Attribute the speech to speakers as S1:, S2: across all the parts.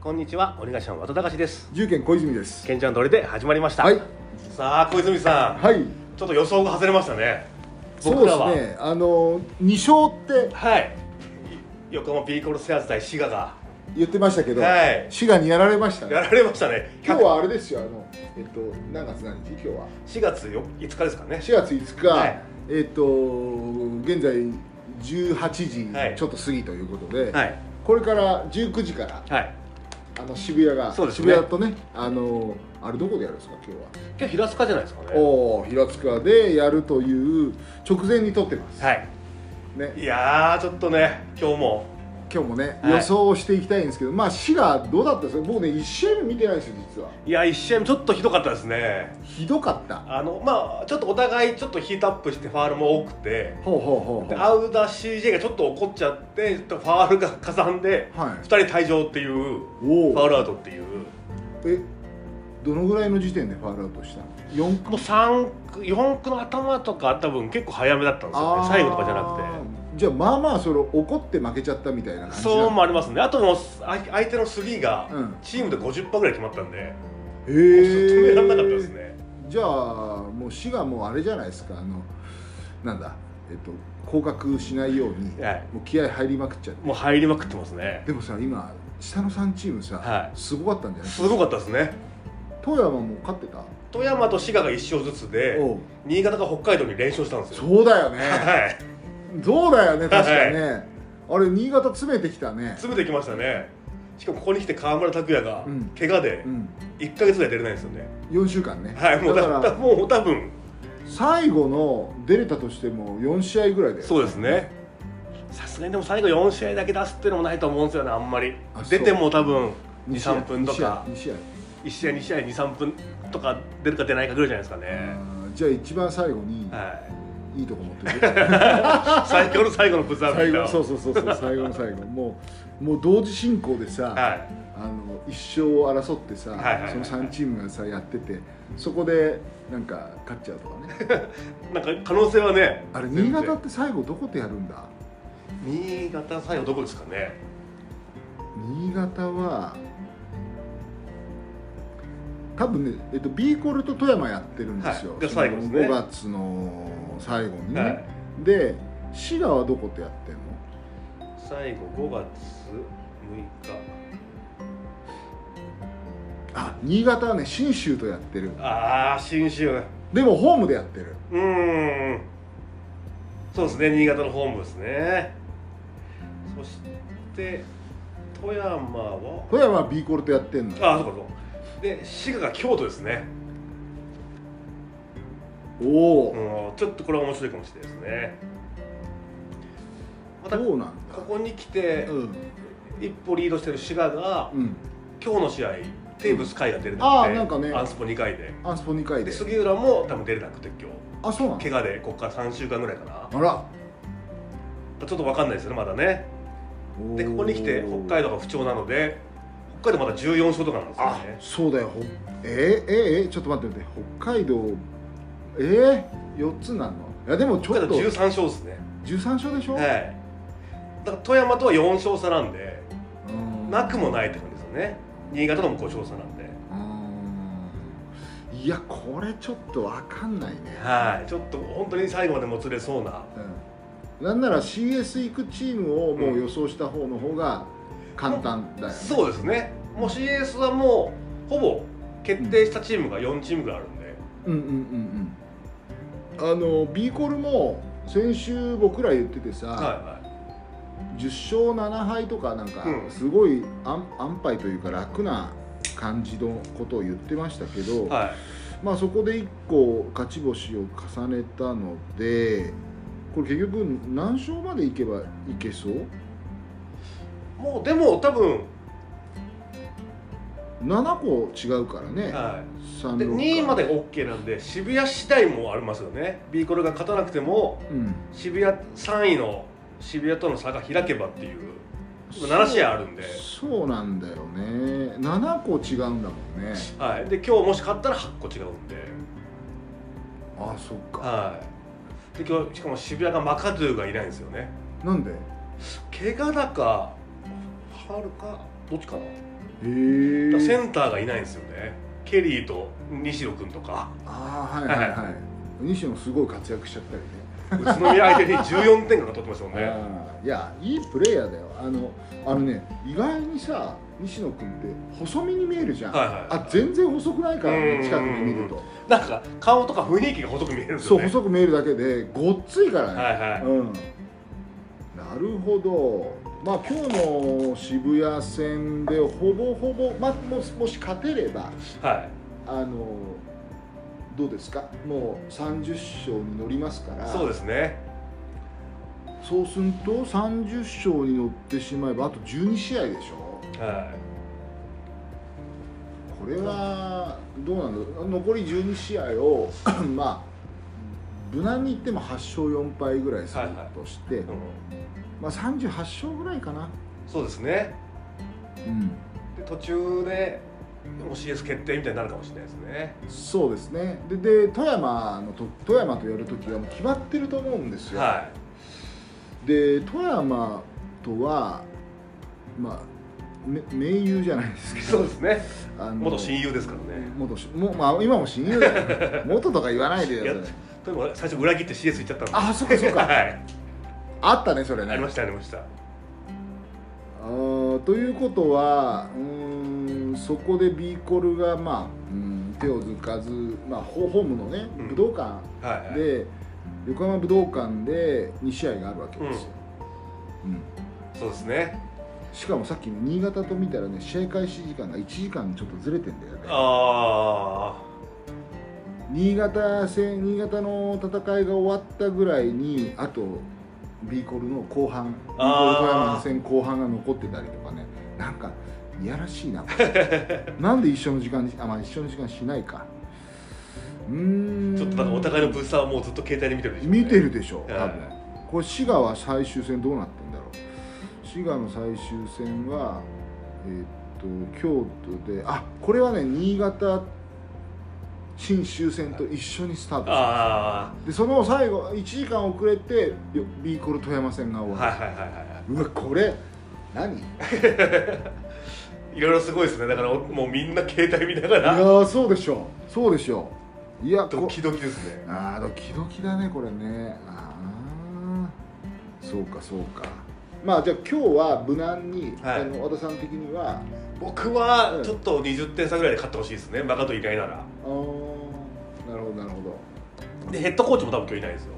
S1: こんにちは、お願いします。和田隆です。
S2: 重県小泉です
S1: けんちゃんどれで始まりました。
S2: はい
S1: さあ、小泉さん、
S2: はい
S1: ちょっと予想が外れましたね。
S2: そう
S1: 僕
S2: で
S1: ら
S2: す
S1: は。
S2: ねあの2勝って
S1: はい。い横浜ビーコルセアーズ対滋賀が。
S2: 言ってましたけど、
S1: はい
S2: 滋賀にやられました
S1: や
S2: ね
S1: られましたね。
S2: 今日はあれですよあのえっと何月何日今日は
S1: 4月よ5日ですかね。
S2: 4月5日、
S1: はい
S2: えっと現在18
S1: はい
S2: 時ちょっと過ぎということで、
S1: はい。
S2: これから19時から
S1: はい。
S2: あの渋谷が、
S1: そうですね
S2: 渋谷とねあのあれどこでやるんですか今日は、
S1: 今日平塚じゃないですかね。
S2: おお平塚でやるという直前に撮ってます、
S1: はい。
S2: ね
S1: いやー、ちょっとね、今日も。
S2: 今日もね、
S1: はい
S2: 予想をしていきたいんですけどまあ滋賀どうだったですか僕ね1試合目見てないんですよ実はい
S1: や、一試合目ちょっとひどかったですね。
S2: ひどかった
S1: あの、まあ、ちょっとお互いちょっとヒートアップしてファールも多くて。
S2: ほうほうほ
S1: で
S2: うほう
S1: アウダ CJ がちょっと怒っちゃってちょっとファールがかさんで、
S2: はい
S1: 2人退場っていうファ
S2: お
S1: ー
S2: お
S1: ルアウトっていう
S2: えどのぐらいの時点でファウルアウトしたの4
S1: もう3区4区の頭とか多分結構早めだったんですよね最後とかじゃなくて
S2: くてじゃあまあまあそれ怒って負けちゃったみたいな感じだ
S1: そうもありますねあともうあ相手のスリーが
S2: うん
S1: チームで50パーぐらい決まったんで、
S2: へえ
S1: 止められなかったですね
S2: じゃあもう市がもうあれじゃないですかあのなんだえっと降格しないように、
S1: はい
S2: もう気合入りまくっちゃって
S1: もう入りまくってますね
S2: でもさ今下の3チームさ、
S1: はい
S2: すごかったんじゃない
S1: すごかったですね
S2: 富山も勝ってた、
S1: 富山と滋賀が1勝ずつで
S2: おう
S1: 新潟が北海道に連勝したんですよ
S2: そうだ よね
S1: はい
S2: そうだよね確かにね、あれ新潟詰めてきたね
S1: 詰めてきましたねしかもここに来て川村拓也が
S2: うん
S1: 怪我で
S2: うん
S1: 1か月ぐらい出れないんですよね、
S2: 4週間ね、
S1: はいもう
S2: だ
S1: だ
S2: か
S1: だ
S2: ら
S1: もう多分
S2: 最後の出れたとしても4試合ぐらいだよ
S1: そうですねさすがにでも最後4試合だけ出すっていうのもないと思うんですよねあんまり
S2: あそう
S1: 出ても多分
S2: 二試合
S1: 23分とか
S2: 二試合二試合
S1: 1試合2試合23分とか出るか出ないかぐらいじゃないですかね、
S2: あーじゃあ一番最後に
S1: はい
S2: いとこ 持ってくる
S1: い、最強の最後のブザービ
S2: 最
S1: ーター
S2: 後
S1: を
S2: そうそうそうそう最後の最後もうもう同時進行でさ、
S1: は
S2: あの一生を争ってさ、
S1: はいはいはい
S2: その3チームがさやっててそこでなんか勝っちゃうと かね
S1: い、なんか可能性はね
S2: あれ
S1: 全
S2: 新
S1: 然
S2: 潟って最後どこでやるんだ
S1: 新潟最後どこですかね
S2: 新潟は多分ね、えっと、B コルと富山やってるんですよ、
S1: はいが最後ですね
S2: 5月の最後にね、
S1: はい
S2: で滋賀はどこでやってんの
S1: 最後5月
S2: あ新潟はね信州とやってる
S1: 6日ああ信州
S2: でもホームでやってる
S1: うーんそうですね新潟のホームですねそして富山は
S2: 富山は B コルとやってんのよ
S1: あそうかそうで滋賀が京都ですね
S2: おお、
S1: うんちょっとこれは面白いかもしれないですねまた
S2: ど
S1: こ
S2: うなんだ
S1: こに来て
S2: うん
S1: 一歩リードしてる滋賀が
S2: うん
S1: 今日の試合テーブス海が出れなくて
S2: あーなんかね
S1: アンスポ2回で
S2: アンスポ2回
S1: で
S2: で
S1: 杉浦も多分出れなくて今
S2: あそうなん
S1: 日怪我でここから3週間ぐらいか
S2: あら
S1: なちょっと分かんないですよねまだね
S2: おー
S1: でここに来て北海道が不調なので北海道まだ14勝とかなんですよ
S2: あ
S1: ね
S2: そうだよほえー、えー、えーちょっと待って待って北海道ええー、4つなのいやでもちょ
S1: 北
S2: っ
S1: 海
S2: と
S1: 道13勝ですね
S2: 13勝でしょ、
S1: はいだから富山とは4勝差なんで
S2: うん
S1: なくもないって感じですよね新潟とも5勝差なんで
S2: うんいやこれちょっとわかんないね、
S1: はいちょっと本当に最後までもつれそうな
S2: うん、なんなら CS 行くチームをもう予想した方の方が簡単だよね、
S1: そうですねもう CS はもうほぼ決定したチームが4チームぐらいあるんで
S2: うんうんうんうんあの B コルも先週僕ら言っててさ、
S1: はい
S2: 10勝7敗とかなんか
S1: うん
S2: すごい安安牌というか楽な感じのことを言ってましたけど、
S1: はいはい
S2: まあそこで1個勝ち星を重ねたのでこれ結局何勝までいけばいけそう
S1: もうでも多分、
S2: 7個違うからね、
S1: はい
S2: 三
S1: で
S2: 六
S1: 2位まで OK なんで渋谷次第もありますよね B コルが勝たなくても
S2: うん、
S1: 渋谷3位の渋谷との差が開けばっていう7試合あるんで,、
S2: そうなんだよね7個違うんだもんね
S1: はい、で今日もし勝ったら8個違うんで,、
S2: あそっか
S1: はい、で今日しかも渋谷がマカドゥがいないんですよね
S2: なんで
S1: 怪我だかファウルかどっちかな
S2: え
S1: だからセ
S2: え
S1: ンターがいないんですよねケリーと西野君とか
S2: ああはいはいはい西野すごい活躍しちゃったりね
S1: 宇都宮相手に14点が取ってましたもんね
S2: あーいやいいプレイヤーだよあのあのね意外にさ西野君って細身に見えるじゃん、
S1: はいはい
S2: あ全然細くないから
S1: う
S2: ね
S1: ん
S2: 近くに見ると
S1: なんか顔とか雰囲気が細く見えるんです
S2: そ
S1: よ
S2: う
S1: ね
S2: 細く見えるだけでごっついからね、
S1: はいはい
S2: うんなるほどまあ今日の渋谷戦でほぼほぼ、まあ、もしもし勝てれば
S1: はい
S2: あのどうですかもう30勝に乗りますから
S1: そうですね
S2: そうすると30勝に乗ってしまえばあと12試合でしょ
S1: は
S2: これはどうなんだろう残り12試合を まあ無難に言っても8勝4敗ぐらいするとして、
S1: い、うん
S2: まあ、38勝ぐらいかな、
S1: そうですね
S2: うん、
S1: で途中でもう CS 決定みたいになるかもしれないですね
S2: そうですねでで富山のと富山とやるときはもう決まってると思うんですよ、
S1: は
S2: で富山とはまあめ盟友じゃないですけ
S1: い
S2: ど
S1: そうですね
S2: あの
S1: 元親友ですからね
S2: 元しもうまあ今も親友だよ元とか言わないで
S1: いや
S2: よ
S1: でも最初裏切って CS 行っちゃったんで
S2: あそうかそうか
S1: はい
S2: あったねそれね
S1: ありましたありました
S2: あーということはうーんそこで B コルが、まあ、うん手を抜かず、まあ、ホホームのね
S1: うん
S2: 武道館
S1: はいはい
S2: で、横浜武道館で2試合があるわけですよ、うん
S1: そうですね
S2: しかもさっき新潟と見たらね試合開始時間が1時間ちょっとずれてんだよね
S1: あ
S2: 新潟戦新潟の戦いが終わったぐらいにあと B コルの後半 B コル富
S1: あー
S2: 山の戦後半が残ってたりとかねなんかいやらし いななんで一緒の時間にあまあ一緒の時間しないかうーん
S1: あちょっとなんかお互いのブースターをもうずっと携帯で見てるでしょうね、
S2: 見てるでしょ多
S1: はい
S2: 分これ滋賀は最終戦どうなってんだろう滋賀の最終戦はえーっと京都であこれはね新潟新州戦と一緒にスタートします
S1: あ
S2: でその最後1時間遅れてよ B コル富山戦が
S1: あ
S2: 終
S1: はいは
S2: わ
S1: いはいは
S2: る、うわこれ何い
S1: いいろいろすごいですねだからおもうみんな携帯見なが
S2: や
S1: ら
S2: ーそうでしょうそうでしょういや
S1: ド
S2: こ
S1: キドキですね
S2: あードキドキだねこれねあーそうかそうかまあじゃあ今日は無難に、
S1: はい
S2: あの和田さん的には
S1: 僕はちょっと20点差ぐらいで勝ってほしいですねバカといないなら
S2: あーなるほどなるほ
S1: でヘッドコーチも多分今日いないですよ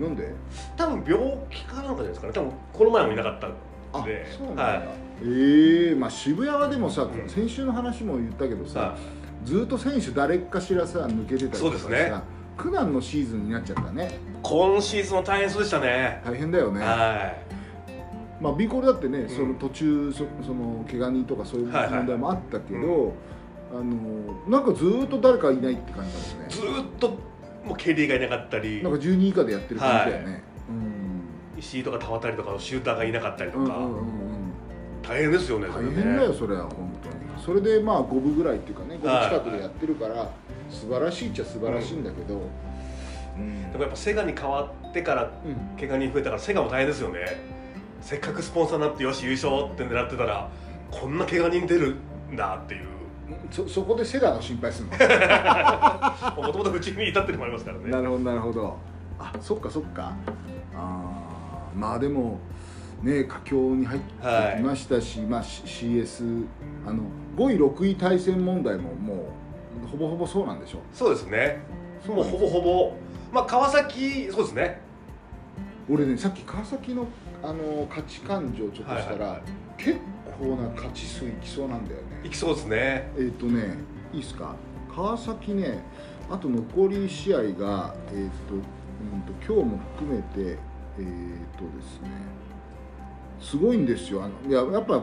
S2: どなんで
S1: 多分病気かなんかじゃないですかね多分この前もいなかった
S2: あ
S1: んで
S2: そうなんだ、
S1: はい
S2: えーまあ、渋谷はでもさ、
S1: うん
S2: 先週の話も言ったけどさ、
S1: さ
S2: ずっと選手誰かしらさ抜けてたりとかさ
S1: そうですね
S2: 苦難のシーズンになっちゃったね
S1: あ今シーズンも大変そうでしたね
S2: 大変だよね
S1: は
S2: まあ B コールだってね、
S1: ん
S2: その途中そその怪我人とかそういう
S1: はいはい
S2: 問題もあったけど、あのなんかずーっと誰かいないって感じだもん
S1: い
S2: ね
S1: ずーっともうケリーがいなかったり
S2: なんか12以下でやってる感じだよね、
S1: 石井とか田渡とかシューターがいなかったり
S2: う
S1: と
S2: ん、うん
S1: か、
S2: うんうんうん
S1: 大変ですよねそれ
S2: 大
S1: ね
S2: 変だよそれは本当にそれでまあ5分ぐらいっていうかね5
S1: はい
S2: 分近くでやってるから素晴らしいっちゃ素晴らしいんだけど、うん
S1: でもやっぱセガに変わってから
S2: うん
S1: 怪我人増えたからセガも大変ですよねせっかくスポンサーになってよし優勝って狙ってたらこんな怪我人出るんだっていう
S2: そそこでセガの心配するの
S1: もともとうちに至ってるのもありますからね
S2: なるほどなるほどあそっかそっかあーまあでもね佳境に入ってきましたし、まあ、C- CS あの5位6位対戦問題ももうほぼほぼそうなんでしょ
S1: そうですね
S2: そう
S1: もうほぼほぼまあ川崎そうですね
S2: 俺ねさっき川崎のあの価値感情をちょっとしたら、
S1: はいはいは
S2: 結構な勝ち数いきそうなんだよ
S1: い
S2: ね
S1: きそうですね
S2: えっ、とねいいっすか川崎ねあと残り試合がえっ、と,、うん、と今日も含めてえっ、とですねすごいんですよあのいややっぱ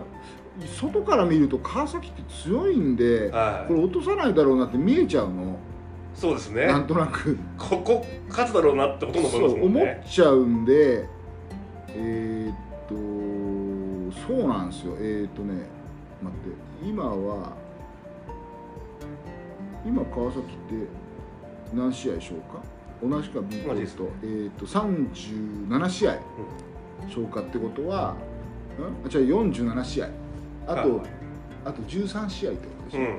S2: 外から見ると川崎って強いんで、
S1: はい
S2: これ落とさないだろうなって見えちゃうの
S1: そうですね
S2: なんとなく。
S1: ここ勝つだろうなってほとんど思いますもん
S2: そう思
S1: ね
S2: っちゃうんでえーっとそうなんですよえーっとね待って今は今川崎って何試合消化同じか B コ
S1: 同じ
S2: ー
S1: で
S2: ス
S1: す
S2: と,、えーっと37試合消化ってことは、ん、あ違う47試合あと
S1: はい
S2: あと13試合ってことでし
S1: う
S2: ょ、
S1: ん、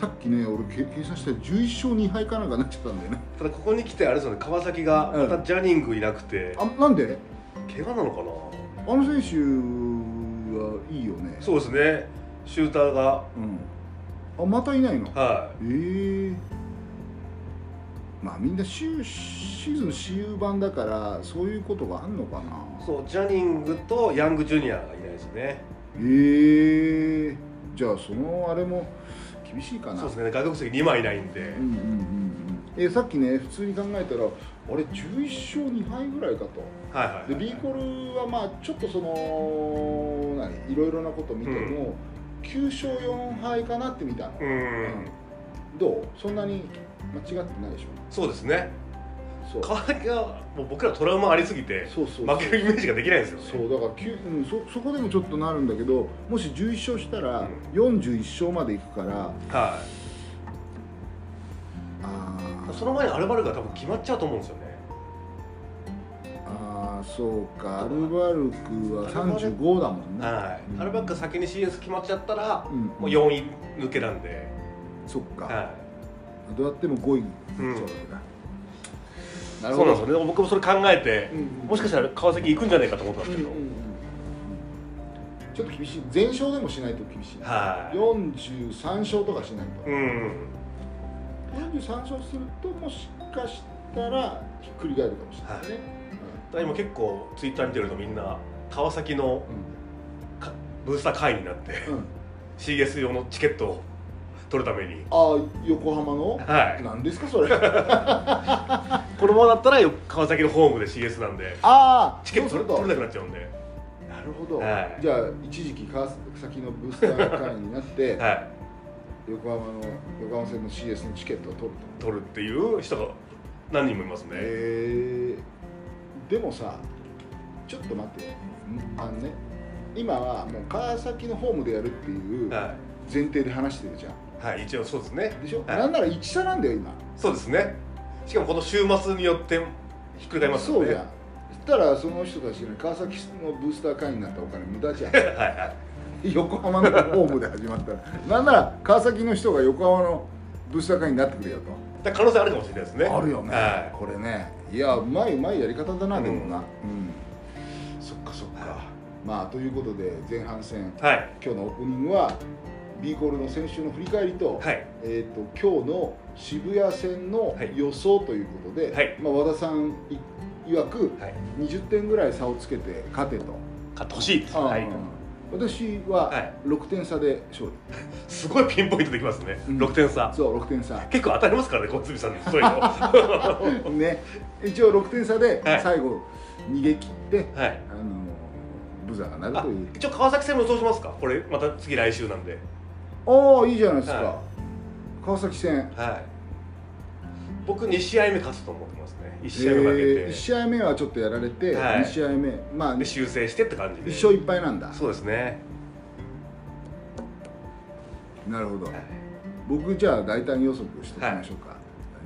S2: さっきね俺け計算したら11勝2敗かなんかなっちゃったんだよね
S1: ただここに来てあれですよね川崎が
S2: う
S1: ま
S2: ん
S1: たジャニングいなくて、
S2: あなんで
S1: 怪我なのか
S2: あの選手はいいよね
S1: なそうですねシューターが
S2: うんあまたいないの
S1: は
S2: ええまあみんなシュシーズン私有版だからそういうことがあんのかない
S1: そうジャニングとヤングジュニアがいないですね
S2: ええじゃあそのあれも厳しいかな
S1: そうですね外国籍2枚いないんで
S2: うんうんうんうんえさっきね普通に考えたらあれ11勝2敗ぐらいかと
S1: はいはいはい
S2: で B コルはまあちょっとその何いろいろなこと見ても、9勝4敗かなって見たの、
S1: うん
S2: どうそんなに間違ってないでしょ
S1: そうですね
S2: そう
S1: 川崎がもう僕らトラウマありすぎて
S2: そうそう
S1: 負けるイメージができないんですよね
S2: そうだから、きゅうん、そそこでもちょっとなるんだけどもし11勝したら41勝までいくから、
S1: は
S2: あー
S1: いその前にアルバルクが多分決まっちゃうと思うんですよね
S2: あーそうかアルバルクは35だもんね、
S1: はい、
S2: うん
S1: アルバルクが先に CS 決まっちゃったら、
S2: うん
S1: もう4位抜けなんで、
S2: そっか、
S1: は、
S2: どうやっても5位になっちゃうわけだ、な
S1: そう
S2: いるほ
S1: なん
S2: ど
S1: ですよね僕もそれ考えて、
S2: うん
S1: もしかしたら川崎行くんじゃないかと思ったんですけど、
S2: うんうんうんちょっと厳しい全勝でもしないと厳しい、
S1: はい、
S2: 43勝とかしないと、
S1: うん、
S2: 43勝するともしかしたらひっくり返るかもしれないね、
S1: だから今結構ツイッター見てるとみんな川崎の
S2: う
S1: かブースター会員になって
S2: んうん
S1: CS 用のチケットを取るために、
S2: ああ横浜の
S1: はい、
S2: 何ですかそれあ
S1: このままだったらよ川崎のホームで CS なんで
S2: あ
S1: チケット
S2: そ
S1: 取
S2: う
S1: れ
S2: す
S1: 取れ
S2: る
S1: なくなっちゃうんで、
S2: となるほど、
S1: はい
S2: じゃあ一時期川崎のブースター会員になって、
S1: はい、
S2: 横浜の横浜戦の CS のチケットを取ると
S1: 取るっていう人が何人もいますね、
S2: えーでもさちょっと待ってよあのね今はもう川崎のホームでやるっていう
S1: は
S2: 前提で話してるじゃ
S1: い、
S2: ん
S1: はい、一応そうですね
S2: でしょ、
S1: はい
S2: なんなら1差なんだよ今
S1: そうですねしかもこの週末によってひっくり返ります
S2: そ
S1: よ
S2: う
S1: ね
S2: じゃんそしたらその人たちに川崎のブースター会員になったお金無駄じゃん
S1: はいはい
S2: 横浜のホームで始まったらなんなら川崎の人が横浜のブースター会員になってくれよと
S1: だから可能性あるかもしれないですね
S2: あるよね、
S1: は
S2: これねいやうまいうまいやり方だなでもな、
S1: う
S2: うんそっかそっ
S1: か
S2: まあということで前半戦
S1: いはい
S2: 今日のオープニングは B コールの先週の振り返りと,、
S1: はい
S2: えー、と今日の渋谷戦の
S1: はい
S2: 予想ということで、
S1: はい
S2: まあ、和田さんい曰く
S1: はい
S2: 20点ぐらい差をつけて勝てと、
S1: 勝ってほしいですはい
S2: うん私
S1: は
S2: はい6点差で勝利、
S1: すごいピンポイントできますね、
S2: うん
S1: 6点差
S2: そう6点差
S1: 結構当たりますからね小粒さんのそういうのは
S2: ね一応6点差で
S1: はい
S2: 最後逃げ切って、
S1: い
S2: あのブザーが鳴る
S1: あ
S2: という
S1: 一応川崎戦もそうしますかこれまた次来週なんで
S2: ああいいじゃないですか、
S1: は
S2: 川崎戦
S1: はい僕2試合目勝つと思ってますね1試合目負け
S2: えー、1
S1: て、
S2: 試合目はちょっとやられて、
S1: はい
S2: 2試合目まあ
S1: で
S2: 1
S1: 修正してって感じで
S2: 勝1敗なんだ
S1: そうですね、
S2: なるほど
S1: は
S2: 僕じゃあ大胆予測しておきましょうか、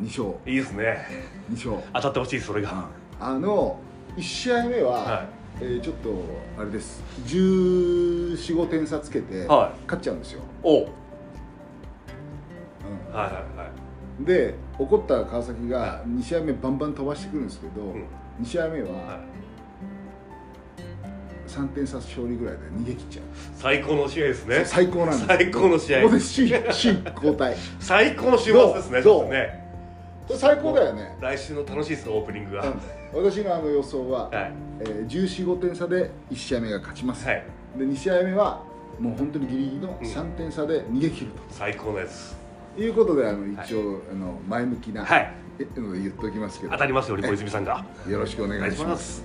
S2: 二2勝
S1: い、いいですね
S2: 2勝、うん
S1: 当たってほしいですそれが、
S2: あの1試合目は、
S1: は
S2: えーちょっとあれです1415点差つけて
S1: は
S2: 勝っちゃうんですよ、
S1: おうはいはいはい
S2: うんで怒った川崎が2試合目バンバン飛ばしてくるんですけど、
S1: ん
S2: 2試合目
S1: はい
S2: は3点差勝利ぐらいで逃げ切っちゃう、
S1: 最高の試合ですね
S2: 最高なんです
S1: 最高の試合
S2: ここで首位首位交 代
S1: 最高の週末ですね
S2: どう
S1: そうですね
S2: これ最高だよね
S1: 来週の楽しいですねオープニングがは
S2: 私のあの予想は、
S1: い
S2: えー、1415点差で1試合目が勝ちます、
S1: はい
S2: で2試合目はもう本当にギリギリの
S1: うん
S2: 3点差で逃げ切る
S1: 最高のやつ
S2: ということで、あの一応、あの前向きな、
S1: はい
S2: えので言っておきますけど
S1: 当たりますより小泉さんが
S2: よろしくお願いします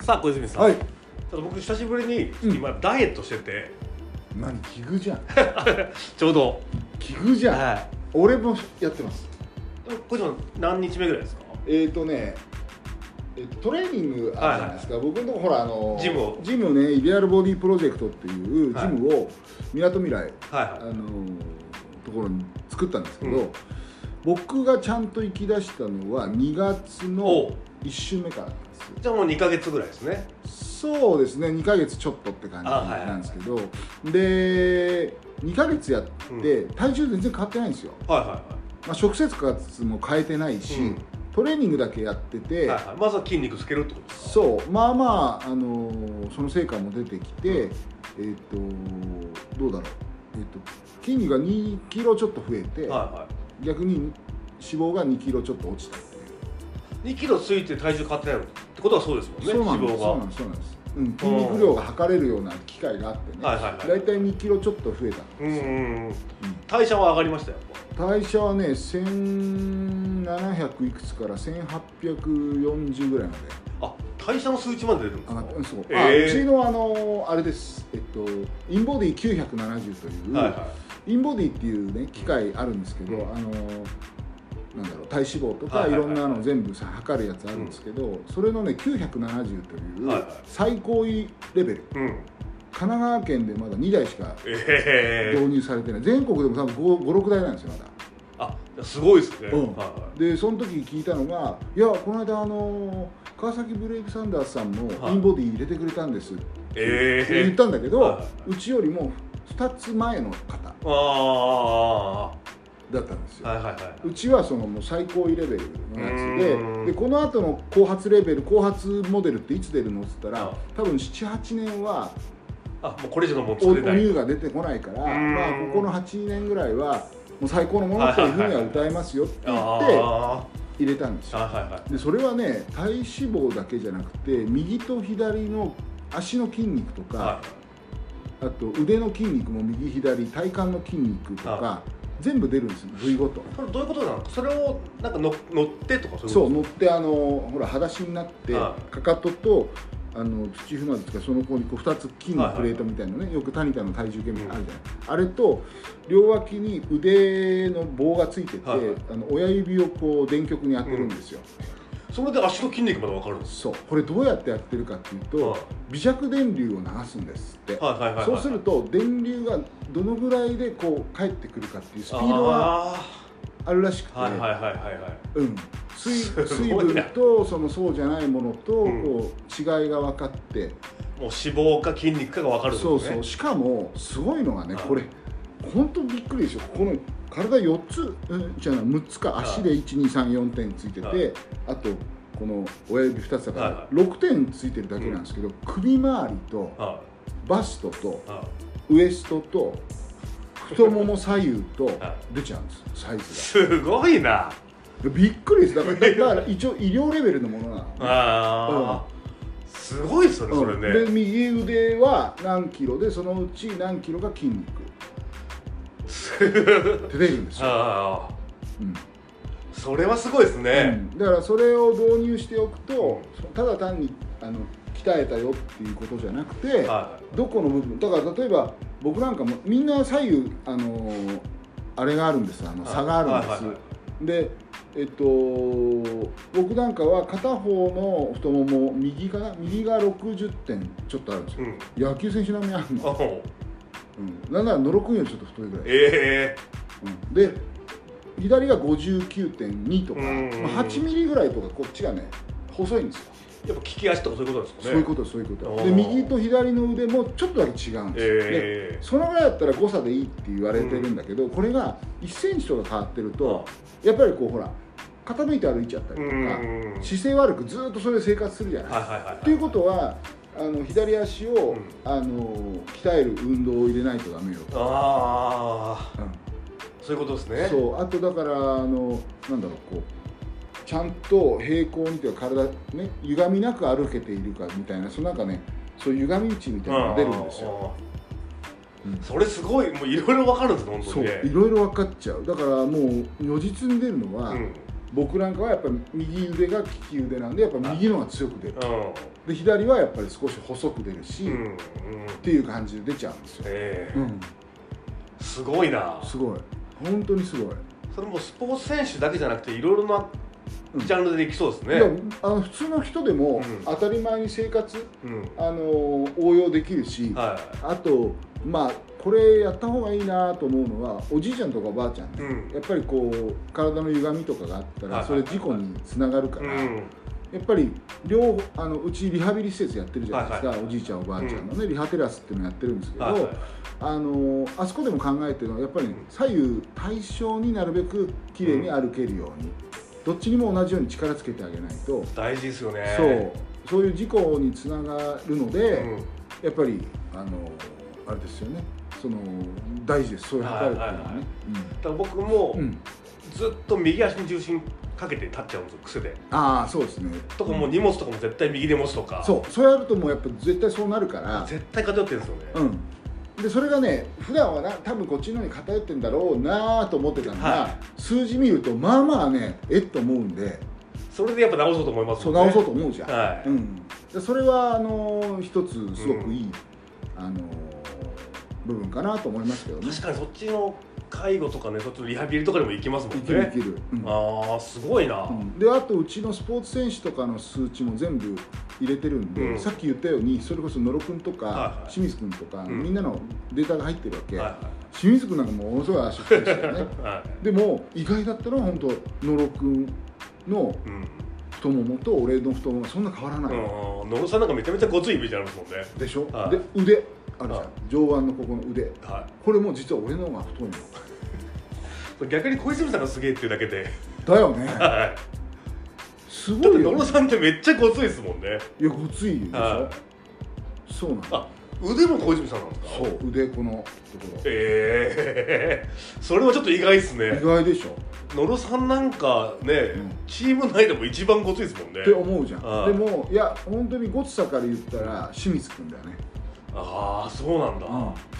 S1: さあ小泉さん、
S2: はい
S1: ただ僕久しぶりに
S2: うん
S1: 今ダイエットしてて、
S2: 何奇 遇じゃん
S1: ちょうど
S2: 奇遇じゃん、
S1: は
S2: 俺もやってます
S1: い小泉さん何日目ぐらいですか
S2: えっ、ー、とねえーとトレーニングあるじゃないですか、僕のとこほらあの
S1: ジムを
S2: ジムねイデアルボディプロジェクトっていうジムをみなとみらい
S1: はい
S2: あ
S1: はい
S2: のところに作ったんですけど、
S1: うん
S2: 僕がちゃんと行き出したのは2月
S1: お
S2: の
S1: う
S2: 1週目からなんで
S1: じゃあもう2か月ぐらいですね
S2: すそうですね2ヶ月ちょっとって感じ
S1: あはい
S2: なんですけど、で2ヶ月やって体重全然変わってないんですよ、
S1: はいはいは
S2: まあ、食生活も変えてないし、
S1: い、うん
S2: トレーニングだけやってて、
S1: はいはい、まずは筋肉つけるってことですか
S2: そうまあまあ、あのーその成果も出てきて、えっ、とどうだろう、えっと筋肉が2キロちょっと増えて、
S1: は
S2: 逆に脂肪が2キロちょっと落ちたっていう、
S1: いはい2キロついて体重変わってないのってことはそうですもんね
S2: そうなんで
S1: 脂
S2: すそう
S1: 肪
S2: な
S1: が
S2: んですそうなんです、うん、筋肉量が測れるような機械があってね、
S1: はいはいは
S2: 大
S1: い
S2: 体2キロちょっと増えたん
S1: う
S2: ですよ、
S1: んうん
S2: うん
S1: 代謝は上がりましたよ
S2: 代謝はね1700いくつから1840ぐらいまで
S1: あ代謝の数値まで出るんですか
S2: 上がってそう、
S1: え
S2: あ
S1: ー
S2: うちのあのあれですえっとインボディ970という、
S1: はいは
S2: インボディっていうね機械あるんですけど、
S1: うん
S2: あのなんだろう体脂肪と
S1: は
S2: か
S1: い
S2: い
S1: はいは
S2: ろ
S1: い
S2: んなの全部さ測るやつあるんですけど、それのね970とい
S1: はいうはい
S2: 最高位レベル
S1: いうん
S2: 神奈川県でまだ2台しか
S1: ええ
S2: 導入されてない全国でも多分56台なんですよまだ
S1: あすごいですね、
S2: うん
S1: はいは
S2: でその時聞いたのが「いやこの間あの川崎ブレイクサンダースさんも
S1: はい
S2: インボディ入れてくれたんです」って
S1: い、ええ
S2: 言ったんだけど、
S1: はいはいう
S2: ちよりも2つ前の方
S1: ああ
S2: だったんですよ
S1: はいはいは
S2: うちはそのもう最高位レベルの
S1: う
S2: や
S1: ん
S2: つででこの後の後発レベル後発モデルっていつ出るのっつった
S1: う
S2: ら
S1: ん
S2: 多分78年はい
S1: あもうこれ以上のもの
S2: おお
S1: 作れない
S2: 乳が出てこないから
S1: うん
S2: まあここの8年ぐらいはもう最高のものというふうには歌えますよって言
S1: あ
S2: って
S1: あ
S2: 入れたんですよ
S1: はいはいはい
S2: でそれはね体脂肪だけじゃなくて右と左の足の筋肉とか
S1: は
S2: あと腕の筋肉も右左体幹の筋肉とか
S1: は
S2: 全部出るんですよ部位ごと
S1: いこれどういうことなのそれをなんかの乗ってとかそういうこと
S2: そう乗ってあのほら裸足になって
S1: は
S2: かかととあの土踏まずとかその子にこう2つ金のプレートみたいなねよくタニタの体重計みたいなのあるじゃない、あれと両脇に腕の棒がついてて、
S1: はいはい
S2: あの親指をこう電極に当てるんですよ、
S1: それで足の筋肉までわかるんです
S2: そうこれどうやってやってるかっていうと、
S1: はい
S2: 微弱電流を流すんですって、
S1: はいはいはいはい
S2: そうすると電流がどのぐらいでこう返ってくるかっていうスピ
S1: あ
S2: ードがあるらしくて、
S1: ーはいはいはいはいはい
S2: うん、水
S1: すごいな
S2: 水分とそのそうじゃないものと
S1: うん
S2: こう違いが分かって、
S1: もう脂肪か筋肉かがわかるんですね
S2: そうそうしかもすごいのがね
S1: はい
S2: これ本当びっくりでしょこの体4つ、うん、じゃない6つか
S1: はい
S2: 足で1234点ついてて、
S1: はい
S2: あとこの親指2つだか
S1: はいは
S2: ら6点ついてるだけなんですけど、首周りと
S1: は
S2: バストと
S1: いは
S2: ウエストと太もも左右と
S1: は
S2: 出ちゃうんですサイズ
S1: いす
S2: が。
S1: ごいな
S2: びっくりです だからだから一応医療レベルのものなのね。
S1: ああすごいっすよねそれ
S2: うんで
S1: ね
S2: 右腕は何キロでそのうち何キロが筋肉って出るんですよ、
S1: ああ
S2: うん
S1: それはすごいです
S2: う
S1: ね
S2: んだからそれを導入しておくとただ単にあの鍛えたよっていうことじゃなくて
S1: は
S2: どこの部分だから例えば僕なんかもみんな左右あのーあれがあるんですあの
S1: い
S2: 差があるんです、
S1: はいはいはい
S2: でえっと僕なんかは片方の太もも右かな右が60点ちょっとあるんですよ
S1: うん
S2: 野球選手並みにあるの
S1: あほう
S2: うん、なんなら野呂君よりちょっと太いぐらい、
S1: ええ
S2: うんで左が59.2とか、
S1: うんうんうん
S2: まあ、8ミリぐらいとかこっちがね細いんです
S1: や
S2: よ、
S1: っぱ利き足とかそういうことです
S2: そう
S1: よね
S2: いうことそういうこと
S1: あー
S2: で右と左の腕もちょっとだけ違うんですよ、で
S1: ええ
S2: そのぐらいだったら誤差でいいって言われてるんだけど、これが1センチとか変わってるとやっぱりこうほら傾いて歩いちゃったり
S1: う
S2: とか、
S1: んうんうん
S2: 姿勢悪くずっとそれで生活するじゃない
S1: はいはいはいはい
S2: っていうことはあの左足を、
S1: うん
S2: あの鍛える運動を入れないとダメよと、
S1: ああ
S2: うん
S1: そういうことですね
S2: そうあとだからあのなんだろうこうちゃんと平行にというか体ね歪みなく歩けているかみたいなそのなんかねそういう歪み値みたいなのが出るんですよ、
S1: よ
S2: うん
S1: それすごいもういろいろわかるんですね本
S2: そ
S1: 当
S2: う
S1: に
S2: い
S1: ね
S2: ろいろ分かっちゃうだからもう如実に出るのは、
S1: うん
S2: 僕なんかはやっぱり右腕が利き腕なんでやっぱ右のが強く出るで左はやっぱり少し細く出るし、
S1: うんう
S2: っ
S1: んうん
S2: ていう感じで出ちゃうんですよ、
S1: え
S2: う
S1: え
S2: ん、
S1: すごいな
S2: すごい本当にすごい
S1: それもスポーツ選手だけじゃなくていろいろな
S2: うん
S1: ジャンルでできそうです
S2: い
S1: ね
S2: やあの普通の人で
S1: う
S2: も
S1: ん
S2: 当たり前に生活、
S1: うん
S2: あの応用できるし、
S1: は
S2: あとまあここれやった方がいいなと思うのはおじいちゃんとかおばあちゃん、
S1: うん
S2: ねやっぱりこう体の歪みとかがあった
S1: は
S2: ら
S1: い
S2: それ事故につながるから、
S1: うん
S2: やっぱり両方あのうちリハビリ施設やってるじゃないですか、おじいちゃんおばあちゃんのね、リハテラスっていうのやってるんですけど、
S1: はいはい
S2: あのあそこでも考えてるのはやっぱりね
S1: うん
S2: 左右対称になるべく綺麗に歩けるように、どっちにも同じように力つけてあげないと、
S1: 大事ですよね
S2: そうそういう事故につながるので、
S1: うん
S2: やっぱりあのあれですよねその大事ですそういう測るっていうのは
S1: はいはいは
S2: ね
S1: い。だから僕も
S2: うんうん
S1: ずっと右足に重心かけて立っちゃうんですよ癖で
S2: ああそうですね
S1: とかもう荷物とかも絶対右で持つとか
S2: そうそうやるともうやっぱ絶対そうなるから
S1: 絶対偏ってるんですよね
S2: うん、でそれがね普段はな多分こっちの方に偏ってんだろうなと思ってたのが、
S1: は
S2: 数字見るとまあまあねえっと思うんで
S1: それでやっぱ直そうと思います
S2: そう
S1: もん
S2: 直
S1: ね
S2: そうと思うじゃん、
S1: は
S2: う
S1: い
S2: ん、でそれはあのー一つすごくいい、あのー部分かなと思いますけどね
S1: 確かにそっちの介護とかねそっちのリハビリとかにも行きますもん
S2: いけるい
S1: ね
S2: ける、うん
S1: ああすごいな、
S2: うんであとうちのスポーツ選手とかの数値も全部入れてるんで、
S1: うん
S2: さっき言ったようにそれこそ野呂君とか、
S1: はいはい
S2: 清水君とか、
S1: うん
S2: みんなのデータが入ってるわけ、
S1: は
S2: 清水君なんかものすごい足振りです
S1: い
S2: よね
S1: はい、はい
S2: でも意外だったのは本当野呂君の
S1: うん
S2: 太ももと俺の太ももがそんな変わらない、
S1: うん、野呂さんなんかめちゃめちゃごついイメージありますもんね
S2: でしょ、
S1: はい
S2: で腕あるじゃん、
S1: はい
S2: 上腕のここの腕
S1: は
S2: これも実は俺の方が太いの
S1: い逆に小泉さんがすげえっていうだけで
S2: だよね
S1: は
S2: す
S1: いだっ
S2: ご
S1: て
S2: い
S1: 野
S2: よ、
S1: 呂
S2: ね、
S1: さんってめっちゃごついですもんね
S2: いやごついでしょ、
S1: は
S2: そうなんだ
S1: あ腕も小泉さんなんですか
S2: そう腕このところ
S1: ええそれはちょっと意外ですね
S2: 意外でしょ、
S1: 野呂さんなんかね、
S2: ん
S1: チーム内でも一番ごついですもんね
S2: って思うじゃん
S1: はい
S2: でもいや本当にごつさから言ったら清水君だよね、
S1: ああそうなんだ、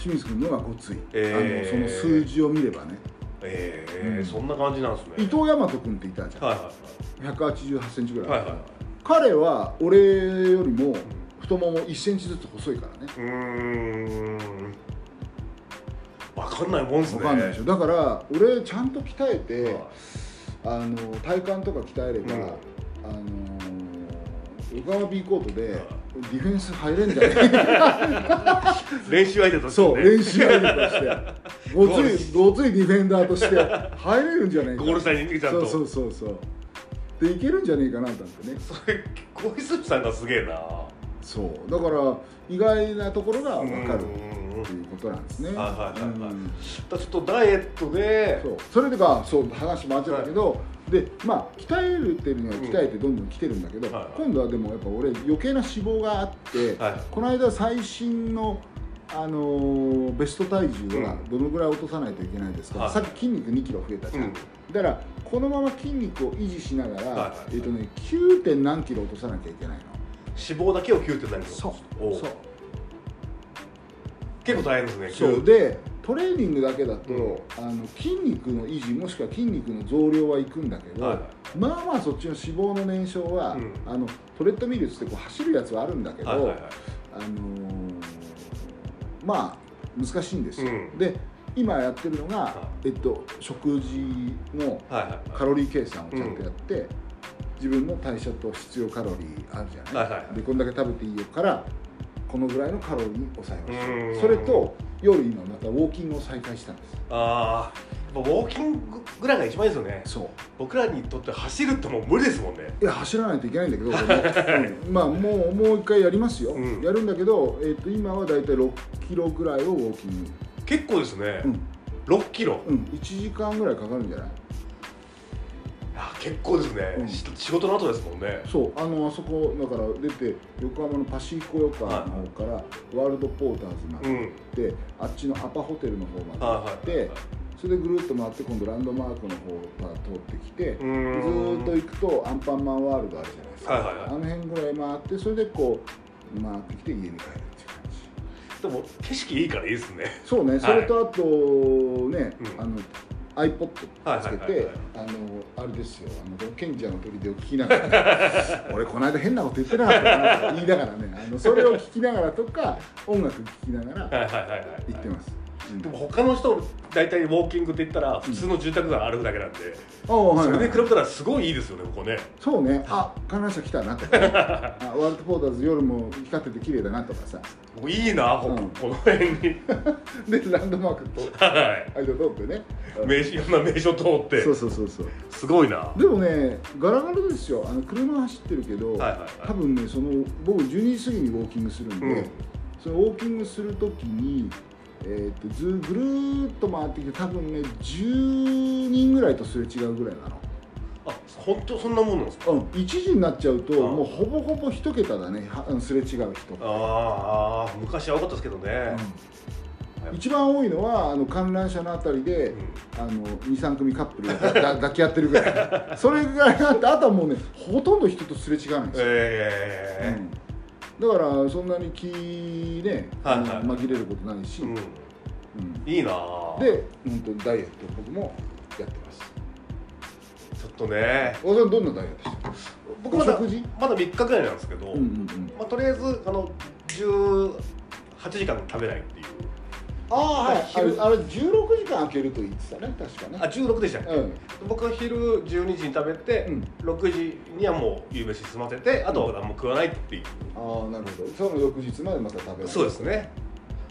S2: 清水君のがごつい、
S1: えー
S2: あのその数字を見ればね
S1: ええ
S2: うん
S1: そんな感じなんですね
S2: 伊藤大和君っていたじゃん、
S1: はい
S2: 1 8 8ンチぐらいあ
S1: はいはいはいは
S2: る
S1: い
S2: 彼は俺よりも太もも1センチずつ細いからね
S1: うーんわかんないもんです
S2: 分
S1: ね
S2: かんないでしょだから俺ちゃんと鍛えて
S1: はい
S2: あの体幹とか鍛えれば、
S1: うん
S2: あのー小川 B コートで
S1: うん
S2: ディフェンス入れんじゃない
S1: 練習相手として、ね、
S2: そう練習相手と してご
S1: ゴール
S2: ついごついディフェンダーとして入れるんじゃないか
S1: ゴール下に逃げちゃう
S2: そ
S1: と
S2: うそうそうそうでいけるんじゃねえかななんてね
S1: それ小泉さんがすげえな
S2: そうだから意外なところが分かる
S1: うん
S2: っていうことなんですね。
S1: はいはいはいはい
S2: うん
S1: だからちょっとダイエットで
S2: そうそれでかそう話もあっちゃったけど、でまあ鍛えるっていうのは鍛えてどんどん来てるんだけど、
S1: はいはい
S2: 今度はでもやっぱ俺余計な脂肪があって、
S1: はいはい
S2: この間最新の、あのーベスト体重は
S1: うん
S2: どのぐらい落とさないといけないですか、
S1: はい
S2: さっき筋肉2キロ増えたじゃん、
S1: うん
S2: だからこのまま筋肉を維持しなが
S1: は
S2: ら、
S1: いはいはい
S2: えっ、とね 9. 点何キロ落とさなきゃいけないの
S1: 脂肪だけを切るって何です
S2: そ
S1: か
S2: う
S1: お
S2: そう
S1: 結構大変ですね
S2: そう
S1: で
S2: でトレーニングだけだと、
S1: うん
S2: あの筋肉の維持もしくは筋肉の増量はいくんだけど、
S1: はいはい
S2: まあまあそっちの脂肪の燃焼は、
S1: うん
S2: あのトレッドミルっつってこう走るやつはあるんだけど、
S1: はいはいはい
S2: あのーまあ難しいんですよ、
S1: うん
S2: で今やってるのが、
S1: は
S2: えっと、食事
S1: は
S2: の
S1: いはい
S2: カロリー計算をちゃんとやって、自分の代謝と必要カロリーあるじゃない、
S1: はいはいはい
S2: でこんだけ食べていいよからこのぐらいのカロリーに抑えま
S1: う
S2: し
S1: ん
S2: たそれと夜今またウォーキングを再開したんです
S1: ああウォーキングぐらいが一番いいですよね
S2: そう
S1: 僕らにとって走るってもう無理ですもんね
S2: いや走らないといけないんだけど、俺もうんまあもうもう一回やりますよ、
S1: うん
S2: やるんだけど、えー、と今はだいたい6キロぐらいをウォーキング、
S1: 結構ですね、
S2: うん
S1: 6キロ、
S2: うん、1時間ぐらいかかるんじゃない
S1: あー結構ですね、
S2: うん
S1: し仕事の後ですもんね
S2: そうあのあそこだから出て横浜のパシフィコ横浜の方からワールドポーターズま
S1: う
S2: で
S1: ん
S2: 行って、あっちのアパホテルの方まで行
S1: は
S2: っ
S1: い
S2: て、
S1: はいはい
S2: それでぐるっと回って今度ランドマークの方から通ってきて、
S1: うー
S2: ず
S1: ん
S2: ーっと行くとアンパンマンワールドあるじゃないですか、
S1: はいはいはい
S2: あの辺ぐらい回ってそれでこう回ってきて家に帰るっていう感じ。
S1: でも景色いいからいいですね
S2: そうね、それとあとね、
S1: うん
S2: あの iPod
S1: はい
S2: つけ
S1: はいはい
S2: て
S1: はい、
S2: あのあれですよ、あの賢者の砦を聞きながら、 俺この間変なこと言ってなかったかなと言いながらね、あのそれを聞きながらとか音楽聞きながら
S1: はいはいはいはい
S2: 行ってます。うん
S1: でも他の人大体ウォーキングって言ったら普通の住宅街歩くだけなんで、
S2: ああはい
S1: そ
S2: はい
S1: れで比べたらすごいいいですよねここね
S2: そうねあ観覧車来たなと か、ね、あワールドポーターズ夜も光ってて綺麗だなとかさ
S1: もういいなこ,、
S2: うん
S1: この辺 に
S2: でランドマークと
S1: はい
S2: 間通ってね
S1: 名所いろんな名所通って
S2: そうそうそうそう
S1: すごいなは
S2: でもねガラガラですよあの車走ってるけど、
S1: いはいはい
S2: 多分ねその僕12時過ぎにウォーキングするんで、
S1: うん
S2: そのウォーキングするときに、えー、とずぐるーっと回ってきて多分ね10人ぐらいとすれ違うぐらいなの、
S1: あ本当そんなもんなんですか
S2: うん、1時になっちゃうと
S1: あ
S2: もうほぼほぼ一桁だねはあのすれ違う人、
S1: あーあー昔は多かったですけどね、
S2: うん一番多いのはあの観覧車のあたりで、
S1: うん
S2: あの23組カップルがだ抱き合ってるぐらいそれぐらいあってあとはもうねほとんど人とすれ違わないんですよ
S1: え
S2: うん、だからそんなに気ね、
S1: はいはい
S2: あの紛れることないし、
S1: えうん
S2: うん
S1: いいなで
S2: で本当にダイエットを僕もやってます
S1: ちょっとね
S2: 小田さんどんなダイエットしてる
S1: 僕まだ
S2: お食事
S1: まだ3日ぐらいなんですけど、
S2: うんうんうん
S1: まあ、とりあえずあの18時間食べないっていう
S2: ああはいあれ
S1: 昼
S2: あれ16時間空けると言ってたね確か
S1: あ
S2: ね
S1: 16でしたっけ
S2: うん
S1: 僕は昼12時に食べて、
S2: うん
S1: 6時にはもう夕飯済ませてあとは何も食わないっていう、
S2: ああなるほどその翌日までまた食べる
S1: そうですね、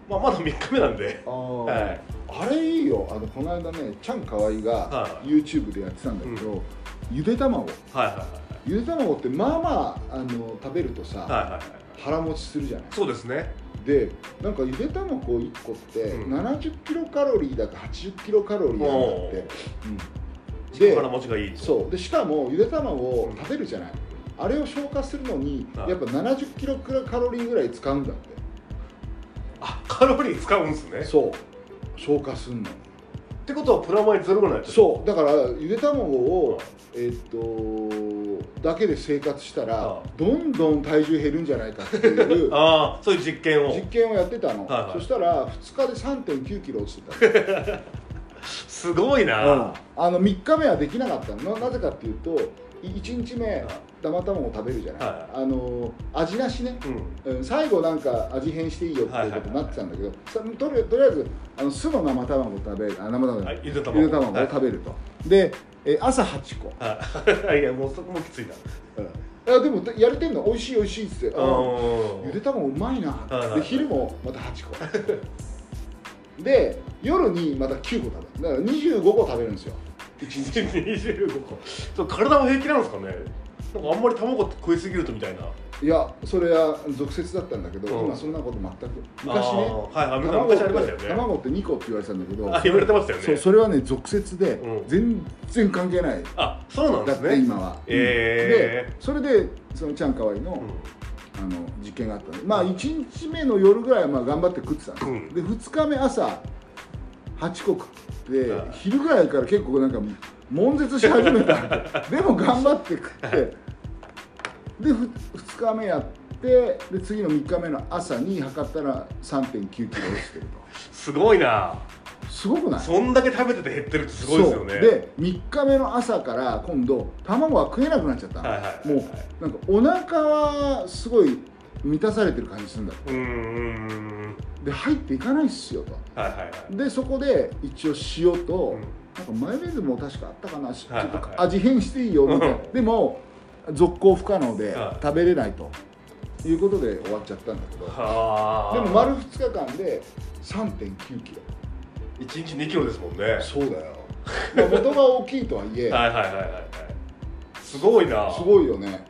S1: まあ、まだ3日目なんで
S2: ああ、
S1: はい
S2: あれいいよあのこの間ねちゃんかわいが
S1: はい
S2: YouTube でやってたんだけど、ゆで卵
S1: はいはいはい
S2: ゆで卵ってまあまああの食べるとさ、
S1: はいはいはい
S2: 腹持ちするじゃない
S1: そうですね
S2: でなんかゆで卵1個って
S1: うん
S2: 70キロカロリーだか80キロカロリーなんだって、うん
S1: 力
S2: で
S1: から持ちがいいと
S2: そうでしかもゆで卵を
S1: うん
S2: 食べるじゃない、あれを消化するのに
S1: はい
S2: やっぱ70キロカロリーぐらい使うんだって、
S1: あカロリー使うんですね
S2: そう消化するの
S1: ってことはプラマイゼロぐらいになっちゃう
S2: そうだからゆで卵を
S1: はい、
S2: えっとだけで生活したら
S1: は
S2: どんどん体重減るんじゃないかってい う
S1: ああそういう実験を
S2: 実験をやってたの、
S1: はいはい
S2: そしたら2日で3 9キロ落ちてた
S1: すごいな、
S2: うんあの3日目はできなかったのななぜかっていうと1日目
S1: あ
S2: 生卵食べるじゃない、
S1: は
S2: あの味なしね、
S1: うん
S2: うん、最後なんか味変していいよっていうことになってたんだけど、さとりとりあえずあの酢の生卵を食べるあ生卵、
S1: はい、ゆで卵
S2: ゆで卵を食べると、でえ朝8個、
S1: はいいやもうそこもきついな
S2: うん、あでもやれてんの美味しい美味しいっつって、あ
S1: うん
S2: ゆで卵うまいな、
S1: いはいはい
S2: で昼もまた8個で夜にまた9個食べるだから25個食べるんですよ
S1: 一日25個そう体も平気なんですかねなんかあんまり卵って食いすぎるとみたいない
S2: やそれは俗説だったんだけど、
S1: うん
S2: 今そんなこと全く昔
S1: あ
S2: ね
S1: ーはいはい
S2: 卵っ
S1: 昔
S2: て
S1: ありましたよね
S2: 卵って2個って言われてたんだけど
S1: あ言われてましたよね
S2: そうそれはね俗説で、
S1: うん
S2: 全然関係ない
S1: あそうなんで
S2: だ
S1: す
S2: って
S1: ね
S2: 今は、
S1: え
S2: でそれでそのちゃんかわいの,、
S1: う
S2: あの実験があったのまあ1日目の夜ぐらいはまあ頑張って食ってたんです、
S1: うん
S2: で2日目朝8個食って、
S1: はい
S2: 昼ぐらいから結構なんか悶絶し始めた でも頑張って食ってでふ2日目やってで次の3日目の朝に測ったら3 9キロ落ちてる
S1: んすごいな
S2: とすごくない
S1: そんだけ食べてて減ってるってすごいですよね
S2: そうで3日目の朝から今度卵は食えなくなっちゃったの、
S1: はいはい
S2: もうなんかお腹はすごい満たされてる感じするんだ
S1: うーん
S2: で入っていかないっすよと
S1: はいはいはい
S2: でそこで一応塩と、
S1: うん
S2: なんかマヨネーズも確かあったかな、し
S1: はいはい
S2: ちょっと味変していいよみたいな
S1: うん
S2: でも続行不可能で
S1: はい
S2: 食べれないということで終わっちゃったんだけど
S1: はあ
S2: でも丸2日間で3 9キロ
S1: 1日2キロですもんねはい
S2: そうだよ、まあ、元が大きいとはいえ
S1: はいはいはいはいすごいな
S2: すごいよね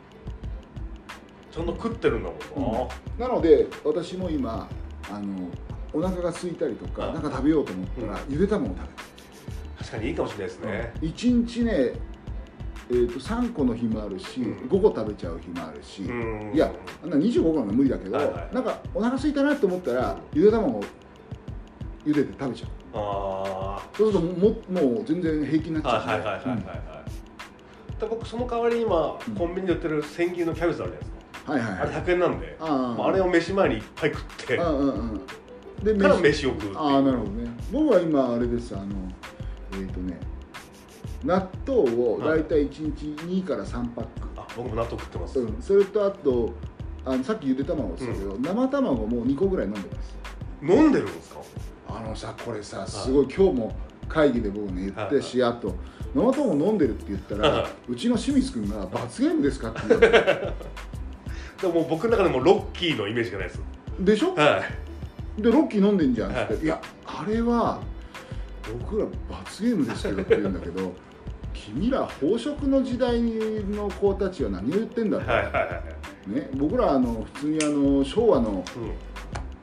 S1: ちゃんと食ってるんだもんな、
S2: なので私も今あのお腹が空いたりとか
S1: うん
S2: なんか食べようと思ったら、ゆで卵を食
S1: 確かにいいかもしれないです
S2: べる
S1: ね、、
S2: 一1日ね、えー、と3個の日もあるし、
S1: うん
S2: 5個食べちゃう日もあるし、
S1: うん
S2: いやあんな25個なんか無理だけど、
S1: はいはい
S2: なんかお腹空いたなと思ったらゆで卵をゆでて食べちゃう
S1: あ
S2: そうするともももう全然平気になっ
S1: あ
S2: ちゃう
S1: は
S2: し
S1: い
S2: ね
S1: はいはいはいはいはいで僕その代わりに今
S2: うん
S1: コンビニで売ってる千切りのキャベツあるじゃないです
S2: うんはいはい
S1: か、
S2: はい
S1: あれ100円なんで
S2: あ
S1: もう
S2: ー
S1: あれを飯前にいっぱい食って
S2: う
S1: か
S2: んうんうんで
S1: ら
S2: 飯
S1: 飯を食うっていう
S2: ああなるほどね僕は今あれですあのえっ、とね納豆を
S1: は
S2: 大
S1: い
S2: 体1日2から3パック、
S1: あ僕も納豆食ってます、
S2: うん、それとあとあのさっきゆで卵って言ってたけど、生卵も2個ぐらい飲んでます
S1: 飲んでるんですか
S2: あのさこれさすごい今日も会議で僕ね言っ
S1: はいは
S2: て
S1: い
S2: シヤッと「生卵飲んでる」って言った
S1: はい
S2: ら
S1: は
S2: うちの清水君が「罰ゲームですか?」って言う
S1: でももう僕の中でもロッキーのイメージがないです
S2: でしょ
S1: はい
S2: でロッキー飲んでんじゃんっ
S1: はい
S2: て、い、やあれは僕ら罰ゲームですけどって言うんだけ ど君ら飽食の時代の子たちは何を言ってんだって、
S1: はいはいはい
S2: ね、僕らあの普通にあの昭和の、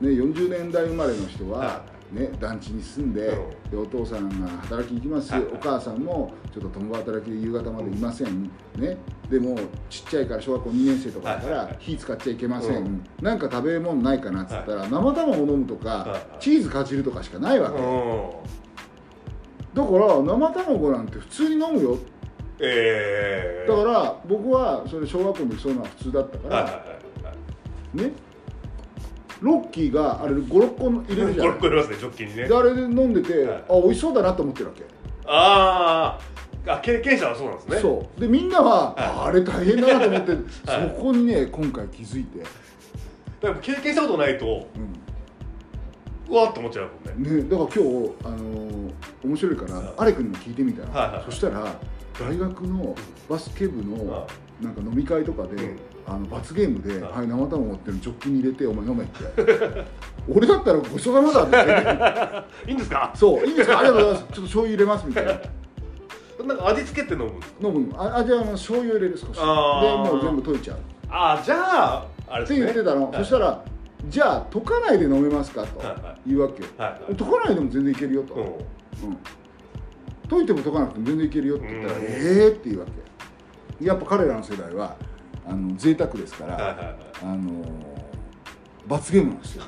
S1: うん
S2: ね、40年代生まれの人は
S1: は、
S2: ね、団地に住んで,、
S1: うん
S2: でお父さんが働きに行きます、
S1: はい
S2: お母さんもちょっと共働きで夕方までいません、ね、でもちっちゃいから小学校2年生とかだか
S1: はいはい
S2: ら
S1: はい
S2: 火使っちゃいけません、
S1: うん
S2: なんか食べ物ないかなっつったら、生卵飲むとか、
S1: いはい
S2: チーズかじるとかしかないわけ、
S1: うん
S2: だから生卵なんて普通に飲むよ
S1: ええ
S2: だから僕はそれ小学校の時そういうのは普通だったから、
S1: はいはいはい
S2: ねロッキーがあれ56個入れるじゃ
S1: こ
S2: な
S1: れ
S2: い
S1: これますねジョッキにね
S2: であれで飲んでて、
S1: はい
S2: あ美味しそうだなと思ってるわけ、
S1: あーあ経験者はそうなんですね
S2: そうでみんなは、
S1: はい
S2: あれ大変だなと思って、
S1: はい
S2: そこにね今回気づいて、
S1: だから経験したことないと
S2: うん
S1: うわーって思っちゃうもんね
S2: ね、だから今日、あのー面白いから、
S1: はい
S2: アレ君にも聞いてみたら、
S1: はいはい
S2: そしたら大学のバスケ部の
S1: は
S2: なんか飲み会とかで、
S1: うん
S2: あの罰ゲームで「
S1: はい
S2: はい生卵持ってるのジョッキに入れてお前飲め」って 「俺だったらごちそうさまだ」って
S1: いいんですか
S2: そう「いいですかありがとうございますちょっと醤油入れます」みたいな
S1: なんか味付けって飲むんですか
S2: 飲むのあ味はあの醤油入れる少しで
S1: あー
S2: もう全部溶いちゃう
S1: ああじゃああれ
S2: っ
S1: です
S2: て
S1: ね
S2: 言ってた
S1: は
S2: の、
S1: い
S2: そしたら「じゃあ溶かないで飲めますか?」と
S1: はいは
S2: 言うわけよ、
S1: はいはい
S2: 溶かないでも全然いけるよと、
S1: うん
S2: うん解いても解かなくても全然いけるよって言ったら「
S1: うん
S2: ええー」って言うわけやっぱ彼らの世代はあの贅沢ですから、
S1: はいはいはい
S2: あのー罰ゲームなんですよ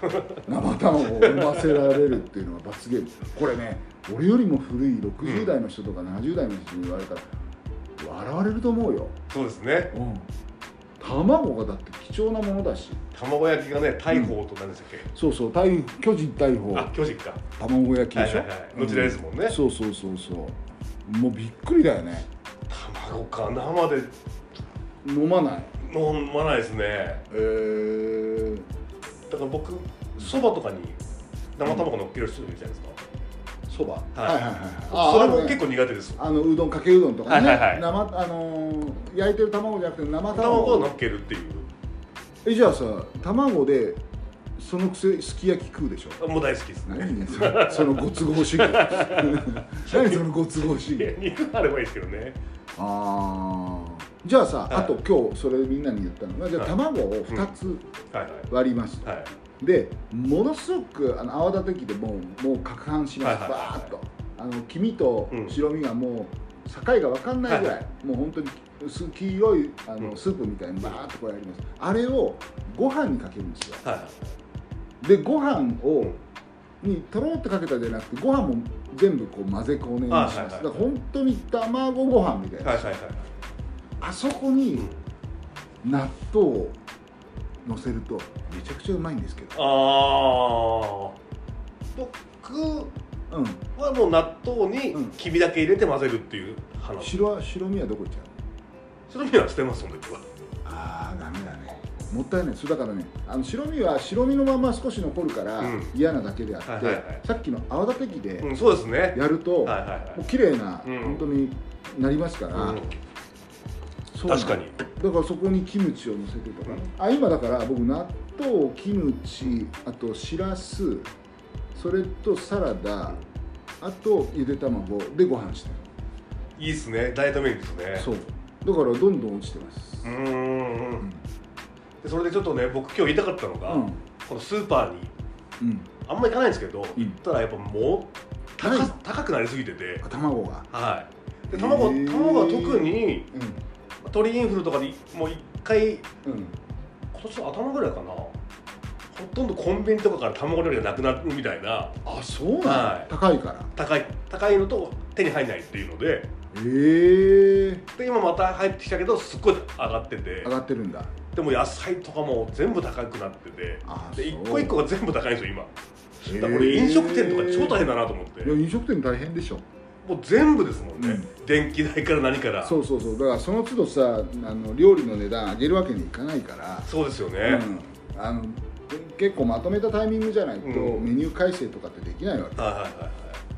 S2: 生卵を産ませられるっていうのは罰ゲームこれね俺よりも古い60代の人とか70代の人に言われたら笑われると思うよ、
S1: そうですね
S2: 卵がだって貴重なものだし
S1: 卵焼きがね大砲と何でしたっけ、
S2: そうそう大巨人大砲
S1: あ巨人か
S2: 卵焼きでしょ
S1: はいはいはい後でですもんね
S2: うそうそうそうそうもうびっくりだよね
S1: 卵か生で
S2: 飲まない
S1: 飲まないですね
S2: えー、
S1: だから僕そばとかに生卵のっける人いるじゃないですか、
S2: そば、
S1: はい
S2: はいはいはいあ
S1: それも
S2: あるね
S1: 結構苦手です
S2: あのうどんかけうどんとかね、
S1: はいはいはい
S2: 生あのー焼いてる卵じゃなくて生
S1: 卵を
S2: 卵
S1: のっけるっていう
S2: えじゃあさ卵でそのくせすき焼き食うで しょ
S1: もう大好きですね
S2: 何ねそのそのご都合 主義何そのご都合主
S1: いや
S2: 義
S1: 肉があればいいですけどね
S2: ああじゃあさ、
S1: はい
S2: あと今日それみんなに言ったのがじゃあ
S1: はい
S2: 卵を2つ
S1: はいは
S2: 割ります、
S1: いはい
S2: でものすごくあの泡立て器でもうもう攪拌します、
S1: はいはいはい
S2: バーッとあの黄身と白身がもう境が分かんないぐらい、
S1: は
S2: もう本当に薄黄色いあの、
S1: うん
S2: スープみたいにバーッとこうやりますあれをご飯にかけるんですよ
S1: は
S2: でご飯
S1: う
S2: を
S1: ん
S2: にとろっとかけたじゃなくてご飯も全部こう混ぜこねにします、
S1: あはいはいはい
S2: だから本当に卵ご飯みたい
S1: い
S2: な、
S1: はいはいはい
S2: あそこに
S1: うん
S2: 納豆をのせるとめちゃくちゃうまいんですけど
S1: ああ僕
S2: うん
S1: はもう納豆に黄身だけ入れて混ぜるっていう話
S2: 白白身はどこ行っちゃう
S1: その日は捨てますので僕は
S2: ああダメだねもったいないそうだからねあの白身は白身のまま少し残るから
S1: うん
S2: 嫌なだけであって、
S1: はいはいはい
S2: さっきの泡立て器で
S1: うんそうですね
S2: やると、
S1: はいはいは
S2: もう綺麗な、
S1: うん
S2: 本当になりますから、
S1: い
S2: そうなの
S1: 確かに
S2: だからそこにキムチを乗せてとか、
S1: うん
S2: あ今だから僕納豆キムチあとしらすそれとサラダあとゆで卵でご飯して
S1: うんいいっすねダイエットメニューですね
S2: るそうだからどんどん落ちてます
S1: うーん
S2: うん
S1: でそれでちょっとね僕今日言いたかったのが、
S2: うん
S1: このスーパーに
S2: うん
S1: あんま行かないんですけど、
S2: うん
S1: 行ったらやっぱもう高,、
S2: はい
S1: 高くなりすぎてて
S2: あ卵が
S1: はいで
S2: へー
S1: 卵卵は特に
S2: う
S1: 鳥インフルとかでもう一回
S2: んうん
S1: 今年の頭ぐらいかなほとんどコンビニとかから卵料理がなくなるみたいな
S2: あそうなんだ、
S1: はい
S2: 高いから
S1: 高い高いのと手に入んないっていうので
S2: えー、
S1: で今また入ってきたけどすっごい上がってて
S2: 上がってるんだ
S1: でも野菜とかも全部高くなってて
S2: あ
S1: で一個一個が全部高いんですよ今
S2: そう
S1: だからこれ飲食店とか超大変だなと思って
S2: いや飲食店大変でしょ
S1: もう全部ですもんね、
S2: う
S1: 電気代から何から
S2: そうそうそうだからその都度さあの料理の値段上げるわけにいかないから
S1: そうですよね、
S2: うんあの結構まとめたタイミングじゃないと
S1: うん
S2: メニュー改正とかってできないわけ、
S1: はいはいは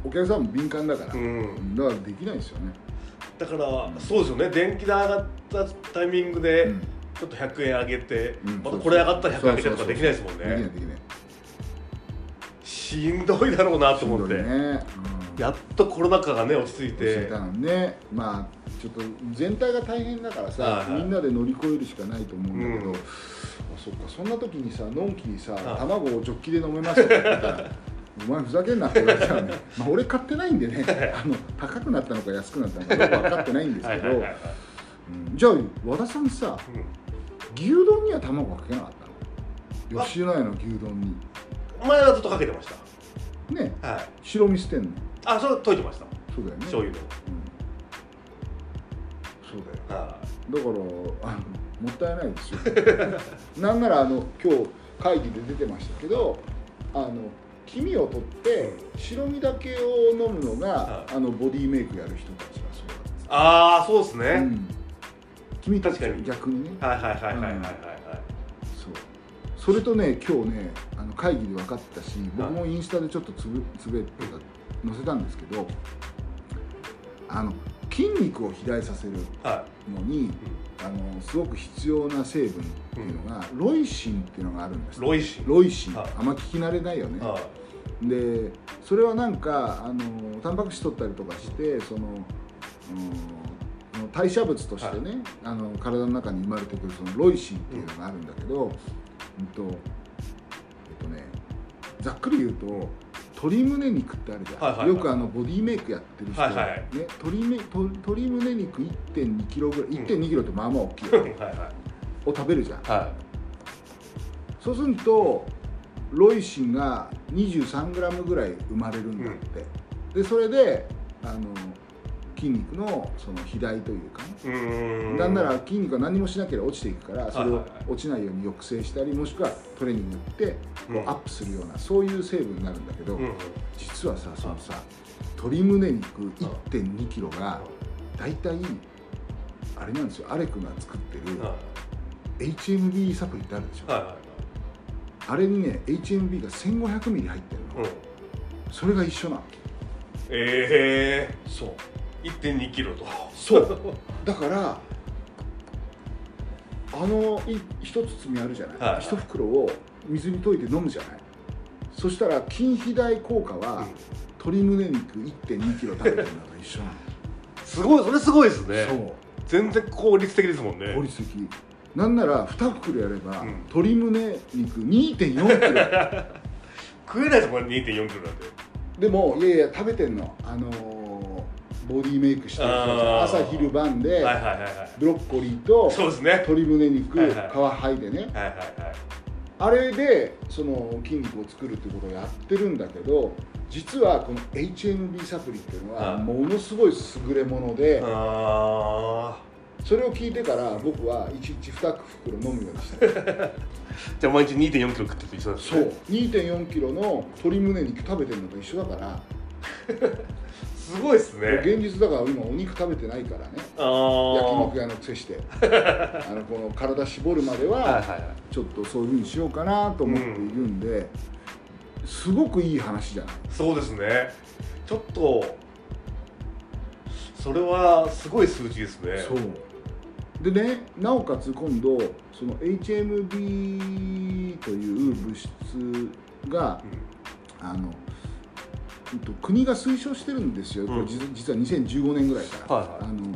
S2: お客さんも敏感だから、
S1: いはい、うん、
S2: だからできないですよね、
S1: だからそうですよね電気代上がったタイミングで、
S2: うん
S1: ちょっと100円上げて、
S2: うん
S1: またこれ上がったら100円上げて
S2: そう
S1: とか
S2: そうそう
S1: できないですもん
S2: できない
S1: ね
S2: できない
S1: しんどいだろうなと思って、
S2: しんどいね、うん
S1: やっとコロナ禍がね落ち着い
S2: 教え
S1: て
S2: たのねまあちょっと全体が大変だからさ、
S1: はいはい
S2: みんなで乗り越えるしかないと思うんだけど、
S1: うん
S2: あそっかそんな時にさのんきにさ
S1: い
S2: 卵をジョッキで飲めますって言ったら お前ふざけんなって言われ たらね、まあ、俺買ってないんでねあの高くなったのか安くなったのかよく分かってないんです
S1: は
S2: け
S1: い
S2: ど
S1: はいはいはい、
S2: うんじゃあ和田さんさ牛丼には卵かけなかったの
S1: あ
S2: 吉野家の牛丼に
S1: うん、前はずっとかけてまし
S2: ね
S1: たはい
S2: 白身捨てんの
S1: あそれ溶いてました
S2: そうだよね
S1: 醤油の
S2: うんそうだよ
S1: は
S2: だからあのもったいないですよ なんならあの今日会議で出てましたけどあの黄身を取って白身だけを飲むのが
S1: は
S2: あのボディメイクやる人たちがそうだっ
S1: いああそうですね、
S2: たうん黄身たち
S1: 確かに
S2: 逆にね
S1: はいはいはいはいはいはいはい
S2: そうそれとね今日ねあの会議で分かったし僕もインスタでちょっとつぶつぶってた載せたんですけどあの筋肉を肥大させる
S1: は
S2: のに
S1: い、う
S2: あのすごく必要な成分っていうのが、ロイシンっていうのがあるんです
S1: んロイシン
S2: ロイシン、
S1: はい
S2: あんま聞き慣れないよね、
S1: はい
S2: でそれはなんかあのタンパク質取ったりとかしてその、うん代謝物としてね、あの体の中に生まれてくるそのロイシンっていうのがあるんだけど、うんとえっとねざっくり言うと鶏胸肉ってあるじゃん、
S1: はいはいはい
S2: よくあのボディメイクやってる人、
S1: はいはい
S2: ね、鶏め鶏鶏胸肉1 2キロぐらい1 2キロってまあまあ大きいよね、
S1: はいはい
S2: を食べるじゃん
S1: は
S2: そうするとロイシンが 23g ぐらい生まれるんだって、でそれであの筋肉のその肥大というか、ね
S1: いうんうんうん
S2: なんなら筋肉が何もしなければ落ちていくからそ
S1: は
S2: れを
S1: いはいはい
S2: 落ちないように抑制したりもしくはトレーニングによって
S1: うん
S2: アップするようなそういう成分になるんだけど、
S1: うんうん
S2: 実はさそのさ鶏胸肉 1.2kg が大体あれなんですよアレクが作ってる
S1: は
S2: HMB サプリってあるでしょ
S1: い、は
S2: あれにね HMB が1500ミリ入ってる
S1: い
S2: の、
S1: はいうん
S2: それが一緒なの
S1: ええ
S2: そう
S1: ー、1 2キロと
S2: そう だからあのい一包みあるじゃない、
S1: はいはい
S2: 一袋を水に溶いて飲むじゃないそしたら筋肥大効果は、鶏胸肉1 2キロ食べてるのと一緒なの、
S1: すごいそれすごいですね
S2: そう
S1: 全然効率的ですもんね
S2: 効率的なんなら2袋やれば、
S1: うん
S2: 鶏胸肉2 4キロ
S1: 食えないですもんね2 4キロなんて
S2: でもいやいや食べてんのあのーボディメイクしてる人たち
S1: あー
S2: 朝昼晩で
S1: はいはいはいはい
S2: ブロッコリーと
S1: そうですね
S2: 鶏胸肉
S1: はい
S2: 皮
S1: はい
S2: 剥いでね
S1: はいはいはい
S2: あれでその筋肉を作るっていうことをやってるんだけど実はこの HMB サプリっていうのは
S1: はい
S2: ものすごい優れもので
S1: あ
S2: それを聞いてから僕は1日2袋飲むようにしてる
S1: ーじゃあ毎日2 4キロ食ってて一緒なんです
S2: そ
S1: ね
S2: う2 4キロの鶏胸肉食べてるのと一緒だから
S1: すごいですね
S2: 現実だから今お肉食べてないからね
S1: ああ
S2: 焼肉屋の癖して あのこの体絞るまで
S1: はい
S2: は
S1: はいはい
S2: ちょっとそういうふうにしようかなと思っているんで、すごくいい話じゃない
S1: そうですねちょっとそれはすごい数字ですね
S2: そうでねなおかつ今度その HMB という物質が
S1: う
S2: あのうんと国が推奨してるんですよ、これ
S1: うん
S2: 実実は2015年ぐらいから、
S1: はいはい
S2: あの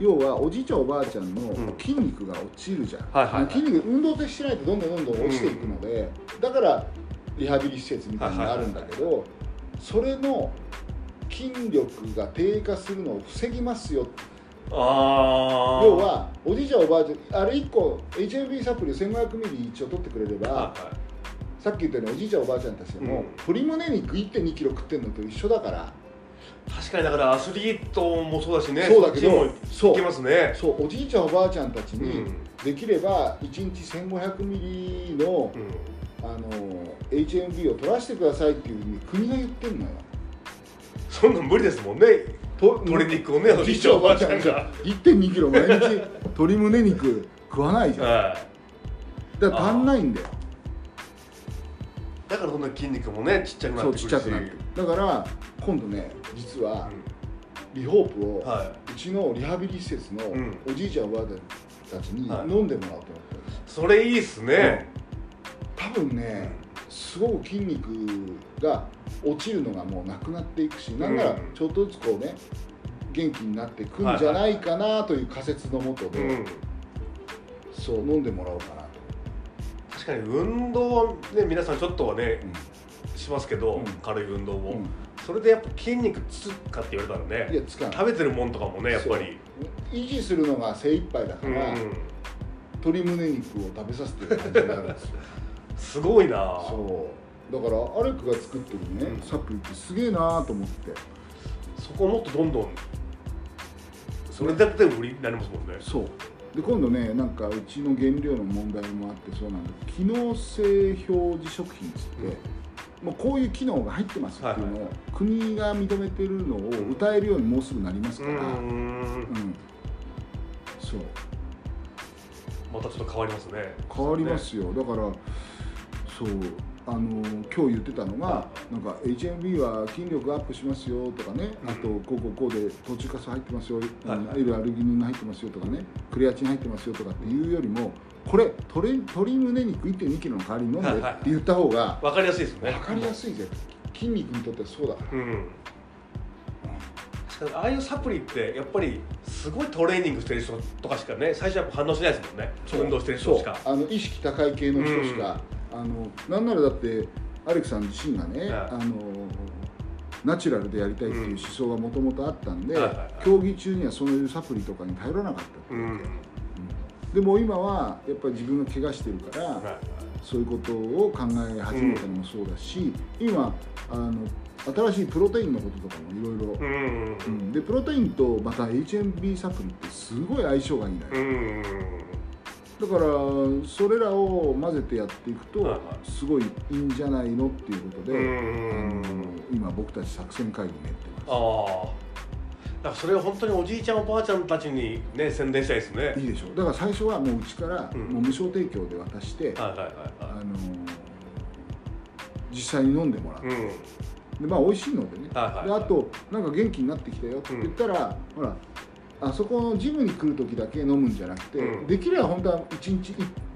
S2: 要はおじいちゃんおばあちゃんの
S1: ん
S2: 筋肉が落ちるじゃん、
S1: はいはいはい
S2: 筋肉運動ってしないとどんどんどんどん落ちていくので、だからリハビリ施設みたいなのがあるんだけど、それの筋力が低下するのを防ぎますよ
S1: んああ
S2: 要はおじいちゃんおばあちゃんあれ1個 HMB サプリを1500ミリ一応取ってくれれば、
S1: はいはい
S2: さっき言ったようにおじいちゃんおばあちゃんたちでも、
S1: うん
S2: 鶏胸肉1 2キロ食ってんのと一緒だから、
S1: 確かにだからアスリートもそうだしね
S2: そうだけど
S1: そっちも
S2: そう
S1: いけますね
S2: そうおじいちゃんおばあちゃんたち
S1: う
S2: に、
S1: ん
S2: できれば1日1500ミリの,、
S1: うん
S2: あの HMB を取らせてくださいっていうふうに国が言ってんのよ
S1: そんなん無理ですもんね
S2: と
S1: 鶏肉をねおじいちゃんおばあちゃんが
S2: 1 2キロ毎日鶏胸肉食わないじゃん
S1: は
S2: だから足んないんだよ
S1: だからどんどん筋肉もねちっちゃくなってく
S2: そう
S1: るし
S2: ちっちゃくなってるだから今度ね実はリホープを、
S1: うんは
S2: うちのリハビリ施設の
S1: うん
S2: おじいちゃんおばあちゃんたちに
S1: はい
S2: 飲んでもらおうと思ってるんです
S1: いそれいいっすね、
S2: 多分ねすごく筋肉が落ちるのがもうなくなっていくしなんなら
S1: うん
S2: ちょっとずつこうね元気になってくんじゃないかなという仮説のもと
S1: う
S2: で、
S1: ん
S2: そう飲んでもらおうかなと、
S1: 確かに運動はね皆さんちょっとはねしますけど、
S2: うん
S1: 軽い運動も、
S2: うん
S1: それでやっぱ筋肉つくかって言われたら
S2: い
S1: ね
S2: やつかない
S1: 食べてるもんとかもねやっぱり
S2: 維持するのが精一杯だか
S1: うん、
S2: ら、鶏胸肉を食べさせてる感じになるんですよ
S1: すごいな
S2: そうだからアレクが作ってるね、
S1: うん
S2: サプリってすげえなと思って
S1: そこをもっとどんどんそれだけでも売りになりますもんね
S2: そうで今度ねなんかうちの原料の問題もあってそうなんだ機能性表示食品っつって、
S1: うん
S2: もうこういう機能が入ってますっていうのを、国が認めてるのを
S1: ん
S2: 歌えるようにもうすぐなります
S1: う
S2: から、うん
S1: ん
S2: そう
S1: またちょっと変わりますね
S2: 変わりますよ、だからそうあの今日言ってたのが、
S1: は
S2: なんか HMB は筋力アップしますよとかね、
S1: うん
S2: あとこうこうこうで途中活素入ってますよ、あの
S1: はい
S2: L アルギニンが入ってますよとかねクレアチン入ってますよとかっていうよりもこれ鶏鶏胸肉1 2キロの代わりに飲んで
S1: は
S2: っ
S1: い
S2: て
S1: はい
S2: 言った方が
S1: わかりやすいですね
S2: 分かりやすいぜ筋肉にとってはそうだから
S1: うん確かにああいうサプリってやっぱりすごいトレーニングしてる人とかしかね最初はやっぱ反応しないですもんね運動してる人しか
S2: そうあの意識高い系の人しか、あのなんならだってアレクさん自身がね、
S1: はい
S2: あのナチュラルでやりたいっていう思想がもともとあったんで、
S1: はいはいはい
S2: 競技中にはそういうサプリとかに頼らなかった、
S1: うん
S2: でも今はやっぱり自分が怪我してるから、
S1: はいはい
S2: そういうことを考え始めたのもそうだし、今あの新しいプロテインのこととかもいろいろ
S1: う、ん
S2: うんでプロテインとまた HMB サプリってすごい相性がいいんだよ、
S1: うん
S2: だからそれらを混ぜてやっていく
S1: はい
S2: と
S1: は
S2: すごいいいんじゃないのっていうこと
S1: う
S2: で、
S1: ん
S2: あの今僕たち作戦会議練って
S1: ああだからそれを本当におじいちゃんおばあちゃんたちにね宣伝したいですね
S2: ますいいでしょだから最初はもううちから
S1: うん
S2: もう無償提供で渡して、
S1: はいはいはい
S2: あ
S1: は
S2: の実際に飲んでもらっ
S1: いう
S2: て、
S1: ん
S2: でまあ美味しいのでね、
S1: はいはいはい
S2: であとなんか元気になってきたよって言ったら、ほらあそこのジムに来る時だけ飲むんじゃなくて、
S1: うん
S2: できれば本当は1日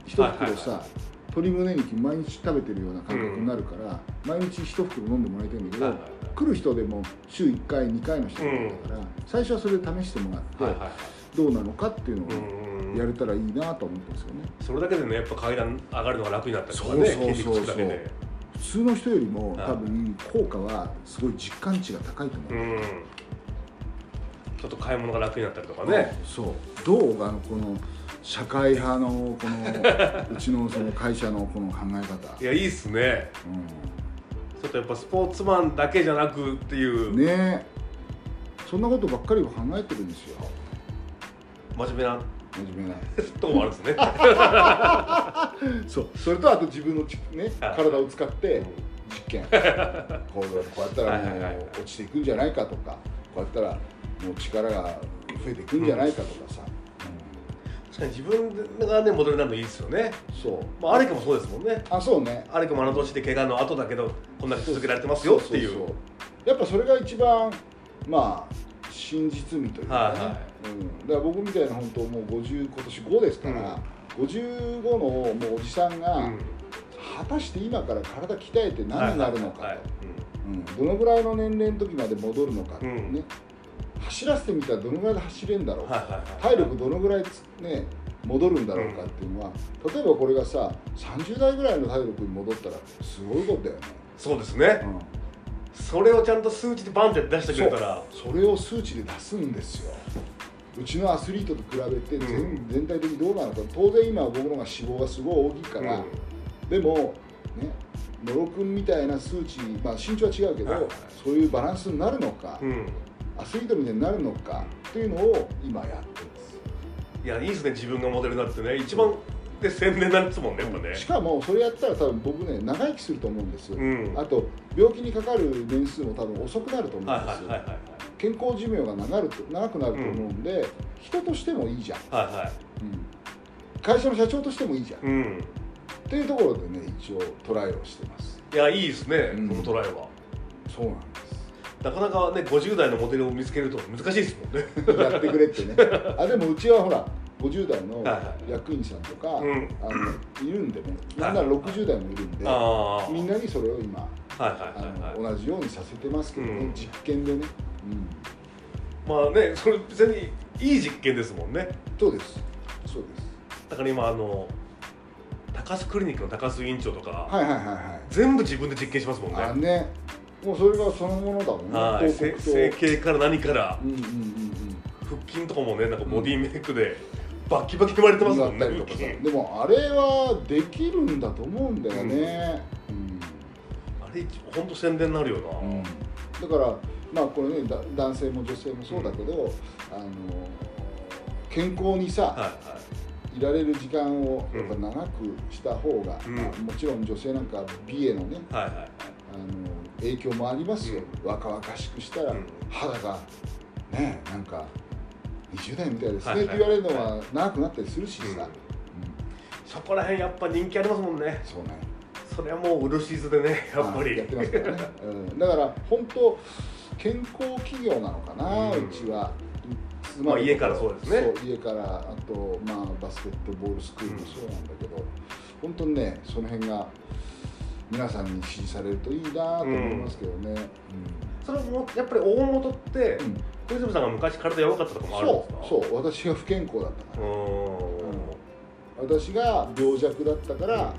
S2: 1袋さ、
S1: はいはい
S2: 鶏胸肉毎日食べてるような感覚になるから、毎日1袋飲んでもらいたいんだけど、
S1: はいはいはい
S2: 来る人でも週1回2回の人がいるから、最初はそれで試してもらって、
S1: はいはいはい
S2: どうなのかっていうのを
S1: うん
S2: やれたらいいなと思ってますよね。
S1: それだけでねやっぱ階段上がるのが楽になったりとか
S2: そう
S1: ね
S2: そうそう
S1: 筋肉つくだけで
S2: 普通の人よりも
S1: はい
S2: 多分効果はすごい実感値が高いと思う
S1: うんちょっと買い物が楽になったりとかね
S2: そうどうあのこの社会派のこ のうちのその会社のこの考え方
S1: いやいいっすね
S2: う
S1: ちょっとやっぱスポーツマンだけじゃなくっていう、
S2: ん、ねえそんなことばっかりを考えてるんですよ
S1: 真面目な
S2: 真面目な
S1: とこもあるんですね
S2: そうそれとあと自分のち、ね、
S1: はい
S2: 体を使って実験 こうこうやったら
S1: はいはいはい
S2: もう落ちていくんじゃないかとかこうやったらもう力が増えていくんじゃないかとかさ、
S1: 確かに自分がねモデルになるのいいですよね、
S2: そう
S1: まあ、アレクもそうですもんね
S2: あそうね
S1: アレクもあの年で怪我の後だけどこんだけ続けられてますよっていう
S2: そそそやっぱそれが一番まあ真実味というか
S1: はい
S2: ね、
S1: は
S2: うん、だから僕みたいな本当もう50今年5ですから、55のもうおじさんが、
S1: うん
S2: 果たして今から体鍛えて何になるのかと、
S1: はいはい
S2: うん、どのぐらいの年齢の時まで戻るのかっていうね、
S1: う
S2: 走らせてみたらどのぐらいで走れるんだろうか、
S1: はいはいはい
S2: 体力どのぐらいつね戻るんだろうかっていうのは、例えばこれがさ30代ぐらいの体力に戻ったらすごいことだよね、
S1: そうですね
S2: うん
S1: それをちゃんと数値でバンって出してくれたら
S2: それを数値で出すんですようちのアスリートと比べて全,、
S1: うん
S2: 全体的にどうなのか当然今は僕の方が脂肪がすごい大きいから、
S1: うん
S2: でもね野呂君みたいな数値、まあ、身長は違うけど、
S1: はいはい
S2: そういうバランスになるのか、
S1: うん
S2: アスリートみたいになるのかっていうのを今やってるんですよ
S1: いやいいですね自分がモデルになってね一番で宣伝なんですもんねやっぱね
S2: しかもそれやったら多分僕ね長生きすると思うんですよ、
S1: うん
S2: あと病気にかかる年数も多分遅くなると思うんですよ、
S1: はいはいはいはい
S2: 健康寿命が長ると長くなると思うんで、人としてもいいじゃん
S1: はいはいはい
S2: 会社の社長としてもいいじゃん、
S1: うん
S2: っていうところでね一応トライをしてます
S1: いやいいですね、
S2: うん
S1: このトライは
S2: そうなんです
S1: なかなかね50代のモデルを見つけると難しいですもんね
S2: やってくれってねあでもうちはほら50代
S1: は
S2: の
S1: いは
S2: 役員さんとか、
S1: うん
S2: あのいるんでねなんなら60代もいるんで、
S1: あ
S2: みんなにそれを今
S1: あはいは
S2: あ
S1: いはいはい
S2: の同じようにさせてますけどね、
S1: うん
S2: 実験でね、うん、
S1: まあねそれ別にいい実験ですもんね
S2: そうですそうです
S1: だから今あの高須クリニックの高須院長とか、
S2: はいはいはいはい
S1: 全部自分で実験しますもん
S2: あ
S1: ね
S2: ねもうそれがそのものだもんね
S1: はいせ整形から何から
S2: うんうんうん
S1: 腹筋とかもねなんかボディメイクでバッキバキに割れてま
S2: うん
S1: すもんね
S2: だったりとかさでもあれはできるんだと思うんだよね、
S1: 腹筋あれ本当宣伝になるよな、
S2: うんうんだからまあこれねだ男性も女性もそうだけど、あの健康にさ、
S1: はい
S2: いられる時間を
S1: うん
S2: やっぱ長くした方が、
S1: うん
S2: まあもちろん女性なんか美へのね
S1: はいはいはいはい
S2: あの影響もありますよ、若々しくしたら
S1: うん
S2: 肌がねなんか20代みたいですね、
S1: はい
S2: って言われるのは長くなったりするし
S1: うん
S2: さ、
S1: そこら辺やっぱ人気ありますもんね
S2: そうね
S1: それはもう漆図でねやっぱ
S2: あ
S1: り
S2: やってますからね、うん、だから本当健康企業なのかな、
S1: う
S2: うんちは。住
S1: まあ
S2: る
S1: 家からそうですね
S2: そう家からあと、まあ、バスケットボールスクールもそうなんだけど、本当にねその辺が皆さんに支持されるといいなと思いますけどね、うん
S1: それもやっぱり大元って
S2: うん
S1: 小泉さんが昔体弱かったとかもあるんで
S2: そ
S1: すか
S2: うそうう私が不健康だったから
S1: うーん
S2: 私が病弱だったか
S1: うん
S2: ら、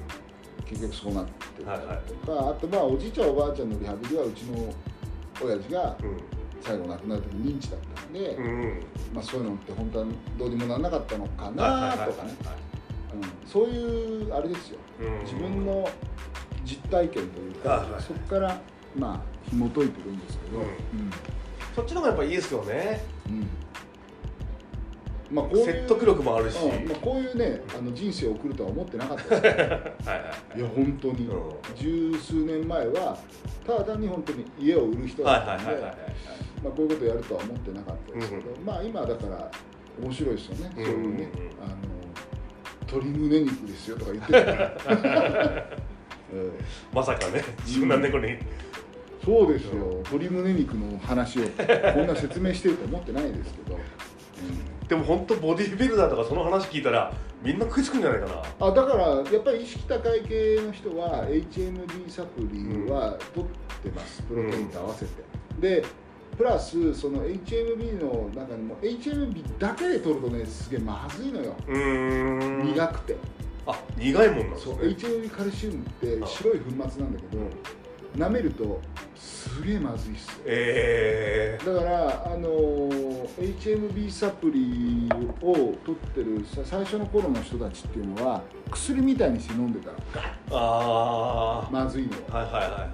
S2: 結局そうなってた
S1: はい
S2: り
S1: はい
S2: とか、あとまあおじいちゃんおばあちゃんのリハビリはうちの親父が最後亡くなる時認知だったんで、
S1: うんうん
S2: まあ、そういうのって本当はどうにもならなかったのかなとかね、うん、そういうあれですよ
S1: うん
S2: 自分の実体験という
S1: はい
S2: か、
S1: はい
S2: そこからまあ紐解いていくんですけど、
S1: うんそっちの方がやっぱいいですよね
S2: うんうんまあこういう
S1: 説得力もあるし、
S2: うんまあ、こういうねあの人生を送るとは思ってなかっ たです
S1: はいはい
S2: いや本当に、
S1: うん
S2: 十数年前はただ単に本当に家を売る人
S1: はい
S2: だ
S1: はい
S2: った
S1: は
S2: ん
S1: い
S2: で、
S1: はいはい
S2: まあ、こういうことやるとは思ってなかったですけど、まあ今だから面白いですよね、
S1: うん
S2: そういうねあの鶏胸肉ですよとか言ってるから、 うん
S1: まさかねそんな猫に
S2: そうですよ鶏胸肉の話をこんな説明してると思ってないですけど、う
S1: でも本当ボディビルダーとかその話聞いたらみんな食いつくんじゃないかなん
S2: あだからやっぱり意識高い系の人は HMD サプリは取ってます、プロテインと合わせて、でプラスその HMB の中にも HMB だけで取るとねすげえまずいのよ、
S1: うーん
S2: 苦くて
S1: あ苦いもんなんです
S2: そう
S1: ね
S2: HMB カルシウムって白い粉末なんだけど、舐めるとすげえまずいっすよ
S1: え
S2: だからあのー HMB サプリを取ってるさ最初の頃の人たちっていうのは薬みたいにして飲んでたら
S1: ー、あ
S2: まずいのよ、
S1: あはいはいはいはい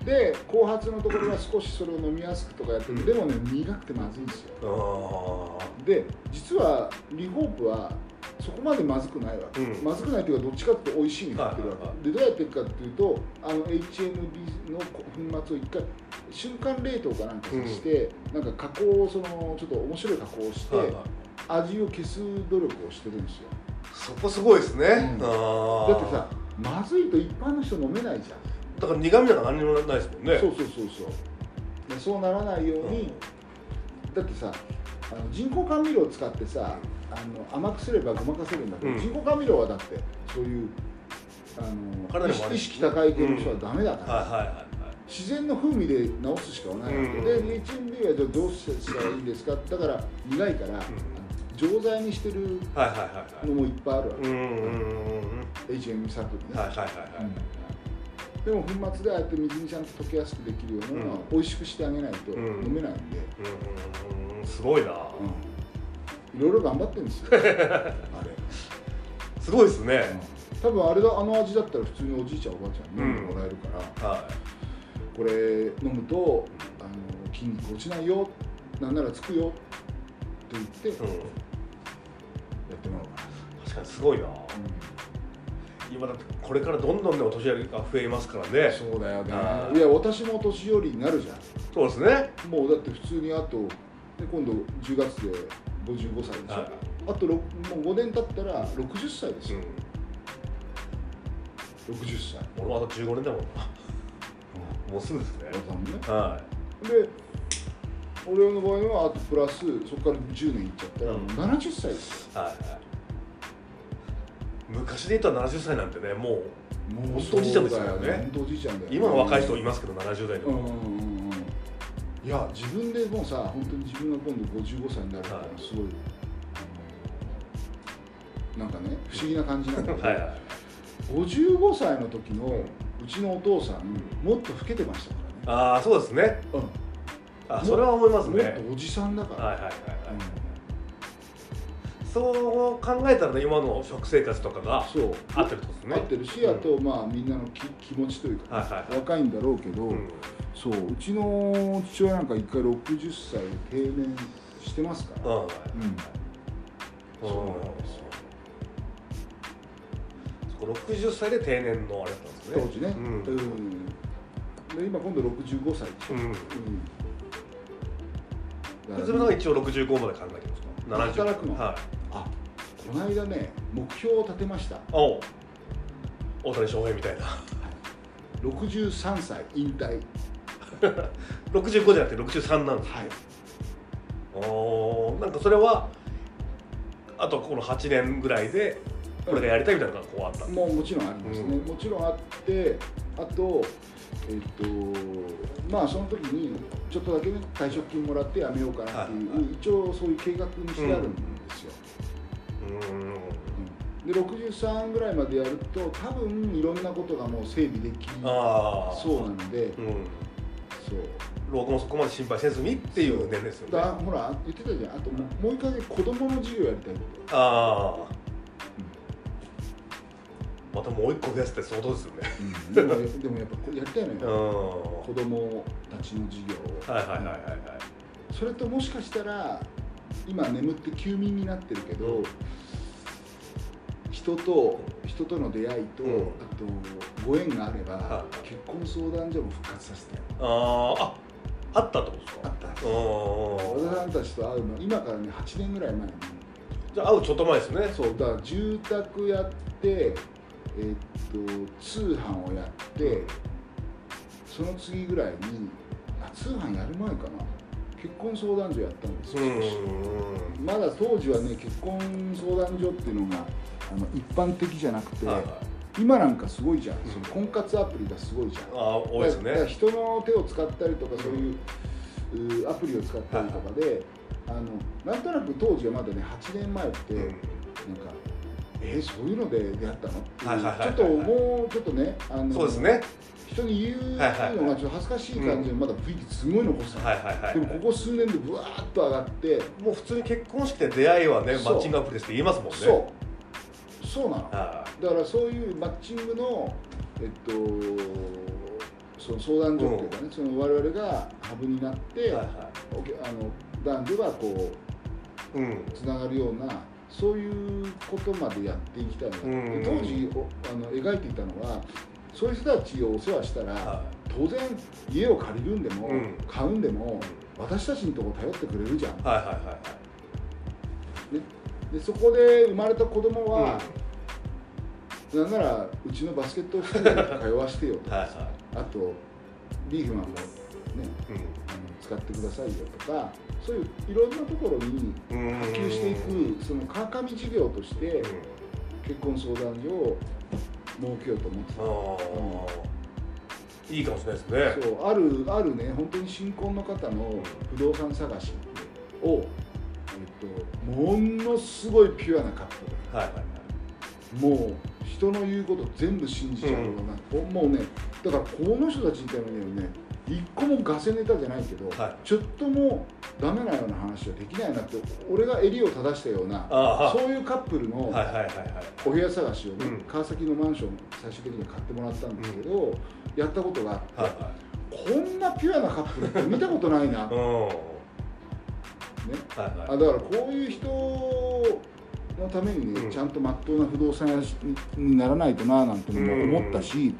S2: うん、で後発のところは少しそれを飲みやすくとかやってる、
S1: うん
S2: でもね苦くてまずいんですよ
S1: あー
S2: で実はリホープはそこまでまずくないわけ、
S1: うん
S2: まずくないというかどっちかっていうと美味しいになってるわけ、
S1: はいはいは
S2: でどうやっていくかっていうとあの HMB の粉末を一回瞬間冷凍かなんかさして、なんか加工をそのちょっと面白い加工をして、
S1: はいはい
S2: 味を消す努力をしてるんですよ
S1: そこすごいですね、
S2: うん
S1: あ
S2: だ
S1: ー
S2: ってさまずいと一般の人飲めないじゃん、
S1: だから苦味なんか何にもないですもんね
S2: そうそうそうそうでそうならないように、だってさあの人工甘味料を使ってさあの甘くすればごまかせるんだけど、
S1: うん
S2: 人工甘味料はだってそういうあ
S1: 体
S2: の
S1: に
S2: 意
S1: も悪い
S2: 識意識高い系の人はダメだか
S1: はいは
S2: ら、
S1: いはいはい
S2: 自然の風味で直すしかないわけ、
S1: うん
S2: で HMB はじゃあどうしたらいいんですかだから苦いから、あの錠剤にしてる
S1: はいはいはい
S2: の
S1: はい
S2: もいっぱいあるわ
S1: うんうんうんうん
S2: HMB サプリね、
S1: はいはいはいはい、
S2: でも粉末でああやって水にちゃんと溶けやすくできるようなのは
S1: うん
S2: 美味しくしてあげないと
S1: うん
S2: 飲めないんで、
S1: うんうんうんすごいな、
S2: いろいろ頑張ってるんです よあれ、
S1: すごいですね、
S2: 多分あれだあの味だったら普通におじいちゃんおばあちゃんに飲んでもらえるから、
S1: は
S2: これ飲むとあの筋肉落ちないよなんならつくよって言ってや
S1: い、うん、
S2: ってもらおうか
S1: 確かにすごいな今だってこれからどんどんねお年寄りが増えますからね
S2: な、そうだよ
S1: あ
S2: ね
S1: ー
S2: いや私も年寄りになるじゃん
S1: そうですね
S2: もうだって普通にあとで今度10月で55歳でしょ、
S1: は
S2: あとろもう5年経ったら60歳です
S1: い、う
S2: よ、
S1: ん、
S2: 60歳
S1: 俺もあと15年だもんもうすぐですね
S2: 和田さんもね
S1: は
S2: で俺の場合はあとプラスそこから10年いっちゃったら、
S1: うん
S2: 70歳ですよ
S1: いはいはい昔で言ったら70歳なんてねもう
S2: も
S1: う本当おじいちゃんですよね
S2: 本当おじいちゃんだよ、ね、
S1: 今の若い人いますけど70代で
S2: うんう
S1: も、
S2: んうんうんいや自分でもうさ本当に自分が今度55歳になるから
S1: はい
S2: すごい、なんかね不思議な感じなんだけど、
S1: はいはい
S2: 55歳の時のうちのお父さんもっと老けてましたからね
S1: ああそうですね
S2: うん
S1: あそれは思います
S2: もっ
S1: ね
S2: とおじさんだから、
S1: はいはいはいはい、そう考えたらね今の食生活とかが
S2: そう
S1: 合ってるってことですね
S2: 合ってるし、あとまあみんなのき気持ちというか、
S1: はいはいはい
S2: 若いんだろうけど、
S1: うん
S2: そううちの父親なんか一回60歳定年してますから、
S1: うん
S2: うん
S1: そうなんですよそこ60歳で定年のあれだったんです
S2: 当
S1: ね
S2: 時ね、
S1: う
S2: う
S1: んん
S2: で今今度65歳でしょ、
S1: うん
S2: うん
S1: 藤村さんが一応65まで考えてますか
S2: 働くの
S1: はい
S2: あこの間ね目標を立てました
S1: おう大谷翔平みたいな
S2: 63歳引退
S1: 65じゃなくて63なんです
S2: はい
S1: おーなんかそれはあとこの8年ぐらいでこれがやりたいみたいなのがこうあったんで
S2: もうもちろんありますね、
S1: うん
S2: もちろんあってあとえっ、とまあその時にちょっとだけね退職金もらってやめようかなっていう、
S1: はいは
S2: 一応そういう計画にしてあるんですよ、
S1: すうーん
S2: で63ぐらいまでやると多分いろんなことがもう整備でき
S1: ああ
S2: そうなので、
S1: うん
S2: そう
S1: 老後もそこまで心配せずにっていう年齢ですよね
S2: だ
S1: あ
S2: ほら言ってたじゃんあともうもう一回ね子供の授業やりたいって
S1: あーまたもう一個増やすって相当 ですよね
S2: でもでもやっぱこうやりたいの
S1: うん
S2: よ、子供たちの授業を、
S1: はいはいはいはいはい
S2: それともしかしたら今眠って休眠になってるけど、
S1: うん
S2: 人と人との出会いと、
S1: うん
S2: あとご縁があれば、
S1: はい
S2: 結婚相談所も復活させてよ
S1: あーああったってことですか
S2: あった
S1: う
S2: 和田さ
S1: ん
S2: んたちと会うの今からね8年ぐらい前に
S1: じゃあ会うちょっと前ですね
S2: そうだから住宅やってえっと通販をやって、その次ぐらいにあ通販やる前かな結婚相談所やったんです
S1: う
S2: よ、
S1: ん
S2: まだ当時はね結婚相談所っていうのがあの一般的じゃなくて、
S1: はいはい
S2: 今なんかすごいじゃん、
S1: ん
S2: その婚活アプリがすごいじゃん
S1: ああ多いですね
S2: だから人の手を使ったりとかそういう,うー、アプリを使ったりとかで、あのなんとなく当時はまだね8年前って、
S1: うん
S2: なんかえーそういうので出会ったのっていう
S1: はいはいはいはい
S2: ちょっともうちょっとねあの
S1: そうですね
S2: 人に言うのがちょっと恥ずかしい感じでまだ雰囲気すごい残してた、
S1: はいはいはい
S2: でもここ数年でぶわーっと上がって、
S1: もう普通に結婚式で出会いはね
S2: そう
S1: マッチングアプリですって言いますもんね
S2: そうそうなのだか
S1: は
S2: らそういうマッチングのえっとその相談所っていうかね、その我々がハブになっ
S1: い
S2: て、
S1: はいは
S2: おけあの男女がこ
S1: いうん
S2: うつながるようなそういうことまでやっていきたいな、
S1: うん
S2: で当時おあの描いていたのはそういう人たちをお世話したら、
S1: は
S2: 当然家を借りるんでも、
S1: うん
S2: 買うんでも私たちのとこ頼ってくれるじゃん
S1: いはいはいはい
S2: でそこで生まれた子供
S1: はい
S2: は、なんならうちのバスケットスクールに通わしてよ
S1: うん
S2: と
S1: はいは
S2: あとリーフマンもね
S1: いうん
S2: あの使ってくださいよとかそういういろんなところに
S1: うん
S2: 普及していくその川上事業として結婚相談所を設けようと思ってた
S1: ああいいかもしれないですね
S2: そうあるあるね本当に新婚の方の不動産探しを、えっと、ものすごいピュアなカップル
S1: はいはいはい
S2: もう人の言うこと全部信じちゃうような、もうねだからこの人たちみたいなね一個もガセネタじゃないけど、
S1: は
S2: ちょっともダメなような話はできないなって俺が襟を正したような
S1: ああは
S2: そういうカップルの、
S1: いはいはいはいはい
S2: お部屋探しをね、
S1: うん
S2: 川崎のマンションを最終的に買ってもらったんですけど、やったことがあって、
S1: はいは
S2: こんなピュアなカップルって見たことない
S1: いう
S2: な、
S1: ん
S2: ね、
S1: はいはい
S2: あだからこういう人のためにね、
S1: うん
S2: ちゃんとまっとうな不動産屋にならないとななんてのも思ったし、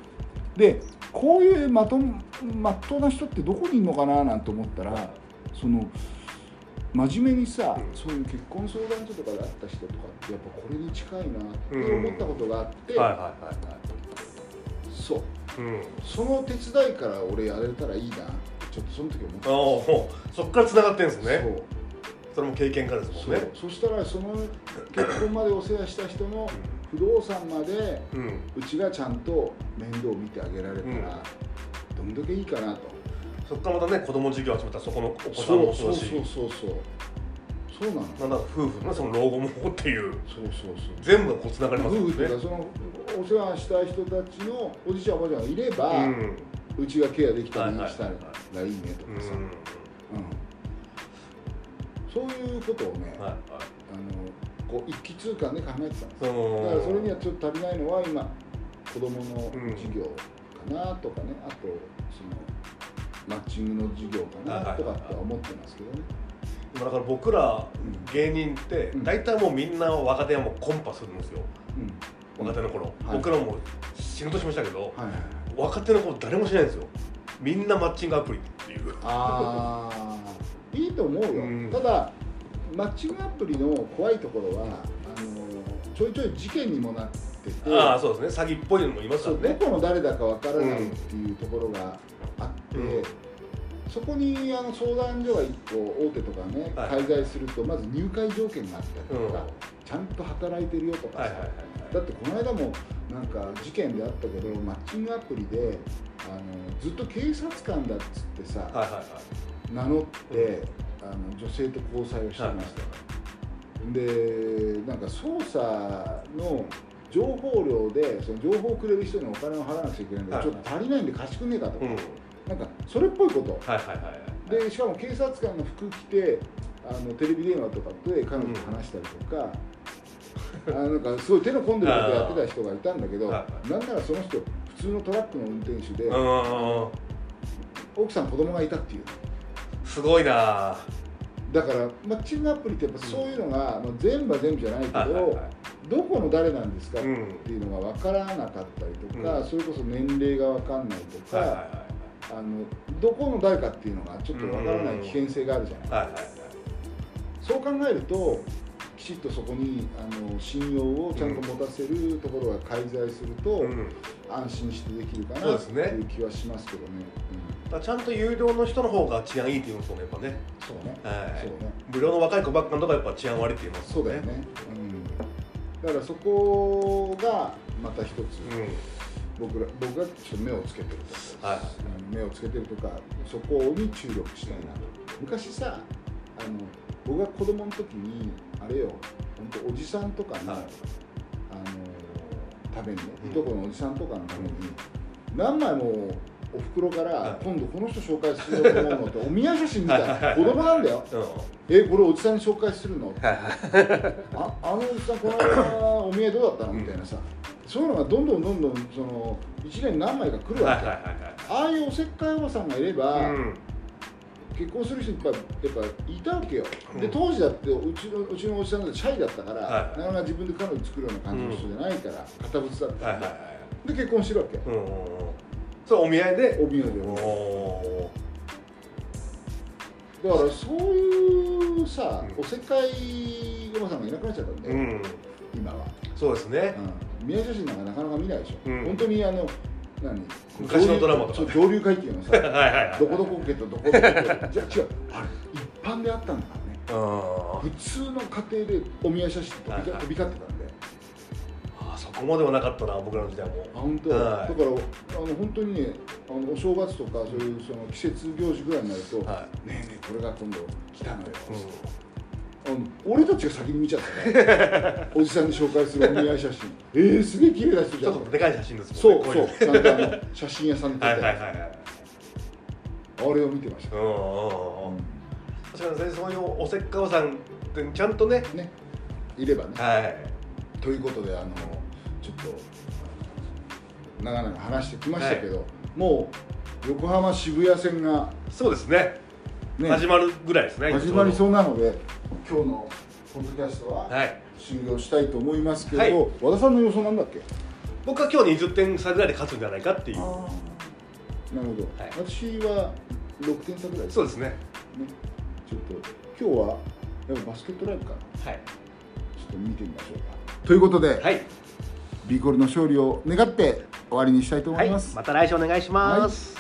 S2: でこういうまともまっとうな人ってどこにいるのかななんて思ったらその真面目にさ、
S1: うん
S2: そういう結婚相談所とかで会った人とかってやっぱこれに近いなって思ったことがあって。
S1: はいはいはいはい
S2: そう
S1: うん
S2: その手伝いから俺やれたらいいなちょっとその時思って
S1: ああもうそっから繋がってんですね
S2: そう
S1: それも経験からです
S2: そ
S1: もんね
S2: うそしたらその結婚までお世話した人の不動産まで
S1: うん
S2: うちがちゃんと面倒を見てあげられたら、どんだけいいかなと
S1: そっからまたね子供事業始めたらそこのお子さんもそうだし
S2: そうそうそうそうそうなの
S1: なんだ夫婦のその老後もっていう
S2: そうそうそう
S1: 全部がこう繋がりま
S2: 夫
S1: すもん
S2: 婦
S1: ね
S2: とかそのお世話した人たちのおじいちゃんおばあちゃんがいれば、
S1: う
S2: うんちがケアできた
S1: は
S2: り
S1: いはい
S2: したらいいねと
S1: う
S2: かさ、
S1: ん
S2: うんそういうことをね、
S1: はいはい
S2: あのこう一気通貫で考えてたんです
S1: その
S2: だからそれにはちょっと足りないのは今子どもの授業かなとかね、あとそのマッチングの授業かなとかっては思ってますけどね、
S1: だから僕ら
S2: うん
S1: 芸人って
S2: うん
S1: 大体もうみんな若手はもうコンパするんですよ
S2: うん、
S1: 若手の頃、
S2: はい
S1: 僕らも仕事しましたけど、
S2: はいはいはい
S1: 若手の頃誰もしないんですよみんなマッチングアプリっていう
S2: あーいいと思うよ、
S1: うん
S2: ただマッチングアプリの怖いところはあのちょいちょい事件にもなってて
S1: ああそうですね詐欺っぽいのもいますか
S2: そう
S1: ら
S2: ど
S1: ね
S2: この誰だかわからないっていうところがあって、
S1: うん
S2: そこにあの相談所が1個大手とかね、
S1: はい
S2: 介在するとまず入会条件があったりとか、
S1: うん
S2: ちゃんと働いてるよとか
S1: はい
S2: さ、
S1: はいはい
S2: だってこの間もなんか事件であったけどマッチングアプリであのずっと警察官だっつってさ、
S1: はいはいはい
S2: 名乗ってあの女性と交際をしてました、でなんか捜査の情報量でその情報をくれる人にお金を払わなくちゃいけないんで、
S1: はい
S2: ちょっと足りないんで貸してくんねえかとか、
S1: うんはい
S2: なんかそれっぽいこと
S1: はいはいはい
S2: でしかも警察官の服着てあのテレビ電話とかで彼女と話したりと か、あのなんかすごい手の込んでることやってた人がいたんだけど
S1: は
S2: なんならその人普通のトラックの運転手で、
S1: うん
S2: 奥さん子供がいたっていう
S1: すごいな
S2: だからマッチングアプリってやっぱそういうのが、まあ、全部は全部じゃないけど、
S1: はいはいは
S2: どこの誰なんですか
S1: い
S2: っ
S1: うん
S2: ていうのが分からなかったりとか、
S1: うん
S2: それこそ年齢が分かんないとか、
S1: はいは
S2: あのどこの誰かっていうのがちょっと分からない危険性があるじゃない、
S1: いはいはいはいはい
S2: そう考えるときちっとそこにあの信用をちゃんと持たせるところが介在すると、
S1: うん
S2: 安心してできるか
S1: そう
S2: な
S1: で
S2: っ
S1: す
S2: て
S1: ね
S2: いう気はしますけどね。
S1: だからちゃんと有料の人の方が治安いいって言いますもんねやっぱね
S2: うんそうね、
S1: はい
S2: そうね
S1: 無料の若い子ばっかのとかやっぱ治安悪いって言います
S2: そうだよね、うん、だからそこがまた一つ、
S1: う
S2: 僕ら僕がちょっと目をつけてるところです、
S1: はい
S2: うん目をつけてるとかそこに注力したいなと昔さあの僕が子供の時にあれよ本当おじさんとか
S1: ん
S2: の,、
S1: はい
S2: あのためにね、
S1: うん
S2: いとこのおじさんとかのために何枚もお袋か
S1: は
S2: ら
S1: い
S2: 今度この人紹介しようと思うのって お見合い写真みた
S1: はいはいは
S2: いない子供なんだよ
S1: うんは
S2: えこれおじさんに紹介するの
S1: いはい
S2: ああのおじさんこの間お見合いどうだったのみたいなさ、そういうのがどんどんどんどんその1年に何枚か来る
S1: はいはい
S2: わけ、
S1: はい
S2: ああいうおせっかいおばさんがいれば、
S1: はいうん
S2: 結婚する人いっぱいやっぱいたわけよ、
S1: うん
S2: で当時だってうちのうちのおじさんだってシャイだったから、
S1: はいはい
S2: なかなか自分で彼女作るような感じの人じゃないから、堅物だった
S1: はい
S2: か
S1: は
S2: ら、
S1: いはい
S2: で結婚してるわけ、
S1: うんうんうんそれお見合いで
S2: お見合いで
S1: お
S2: も
S1: お
S2: だからそういうさ、
S1: うん
S2: おせっかいおばさんがいなくなっちゃったんで、
S1: ーうん
S2: 今は、
S1: そうですね
S2: うん、宮写真なんかなかなか見ないでしょ、
S1: うん
S2: 本当にあの何
S1: 昔のドラマとかね
S2: そう上流階級のさ
S1: はいはいはい
S2: どこどこ受けとどこどこ受けとじゃあ違うあれ一般であったんだからね
S1: うん
S2: 普通の家庭でお見合い写真飛び,、
S1: はいはい
S2: 飛び交ってたんで
S1: あそこまではなかったな僕らの時代も
S2: あ本当、
S1: はい
S2: だからあの本当にねあのお正月とかそういうその季節行事ぐらいになると、ね
S1: は
S2: えねえこれが今度来たのよ、
S1: い
S2: あの俺たちが先に見ちゃっ たねおじさんに紹介するお見合い写真えー、すげえ綺麗な人
S1: ち
S2: じゃ
S1: ょ
S2: ん
S1: っとでかい写真です
S2: そ
S1: もん
S2: う
S1: ね
S2: そう
S1: こいの
S2: ちゃんとあの写真屋さんとか、
S1: はいはいはいはい
S2: あれを見てました
S1: うんうんうんうん確かにねそういうおせっかおさんってちゃんとね
S2: ねいればね
S1: はい
S2: ということであのちょっと長々話してきましたけど、もう横浜渋谷線が、
S1: そうですね
S2: ね、
S1: 始まるぐらいですね
S2: 始まりそうなので今日のポッドキャストは
S1: はい
S2: 終了したいと思いますけど、
S1: はい
S2: 和田さんの予想なんだっけ
S1: 僕は今日20点差ぐらいで勝つんじゃないかっていう
S2: なるほど、
S1: はい
S2: 私は6点差ぐらいです
S1: そうですね
S2: ねちょっと今日はやっぱバスケットライブかな
S1: はい
S2: ちょっと見てみましょうかということで、
S1: はい
S2: ビーコルの勝利を願って終わりにしたいと思
S1: はいい
S2: ます。
S1: また来週お願いします、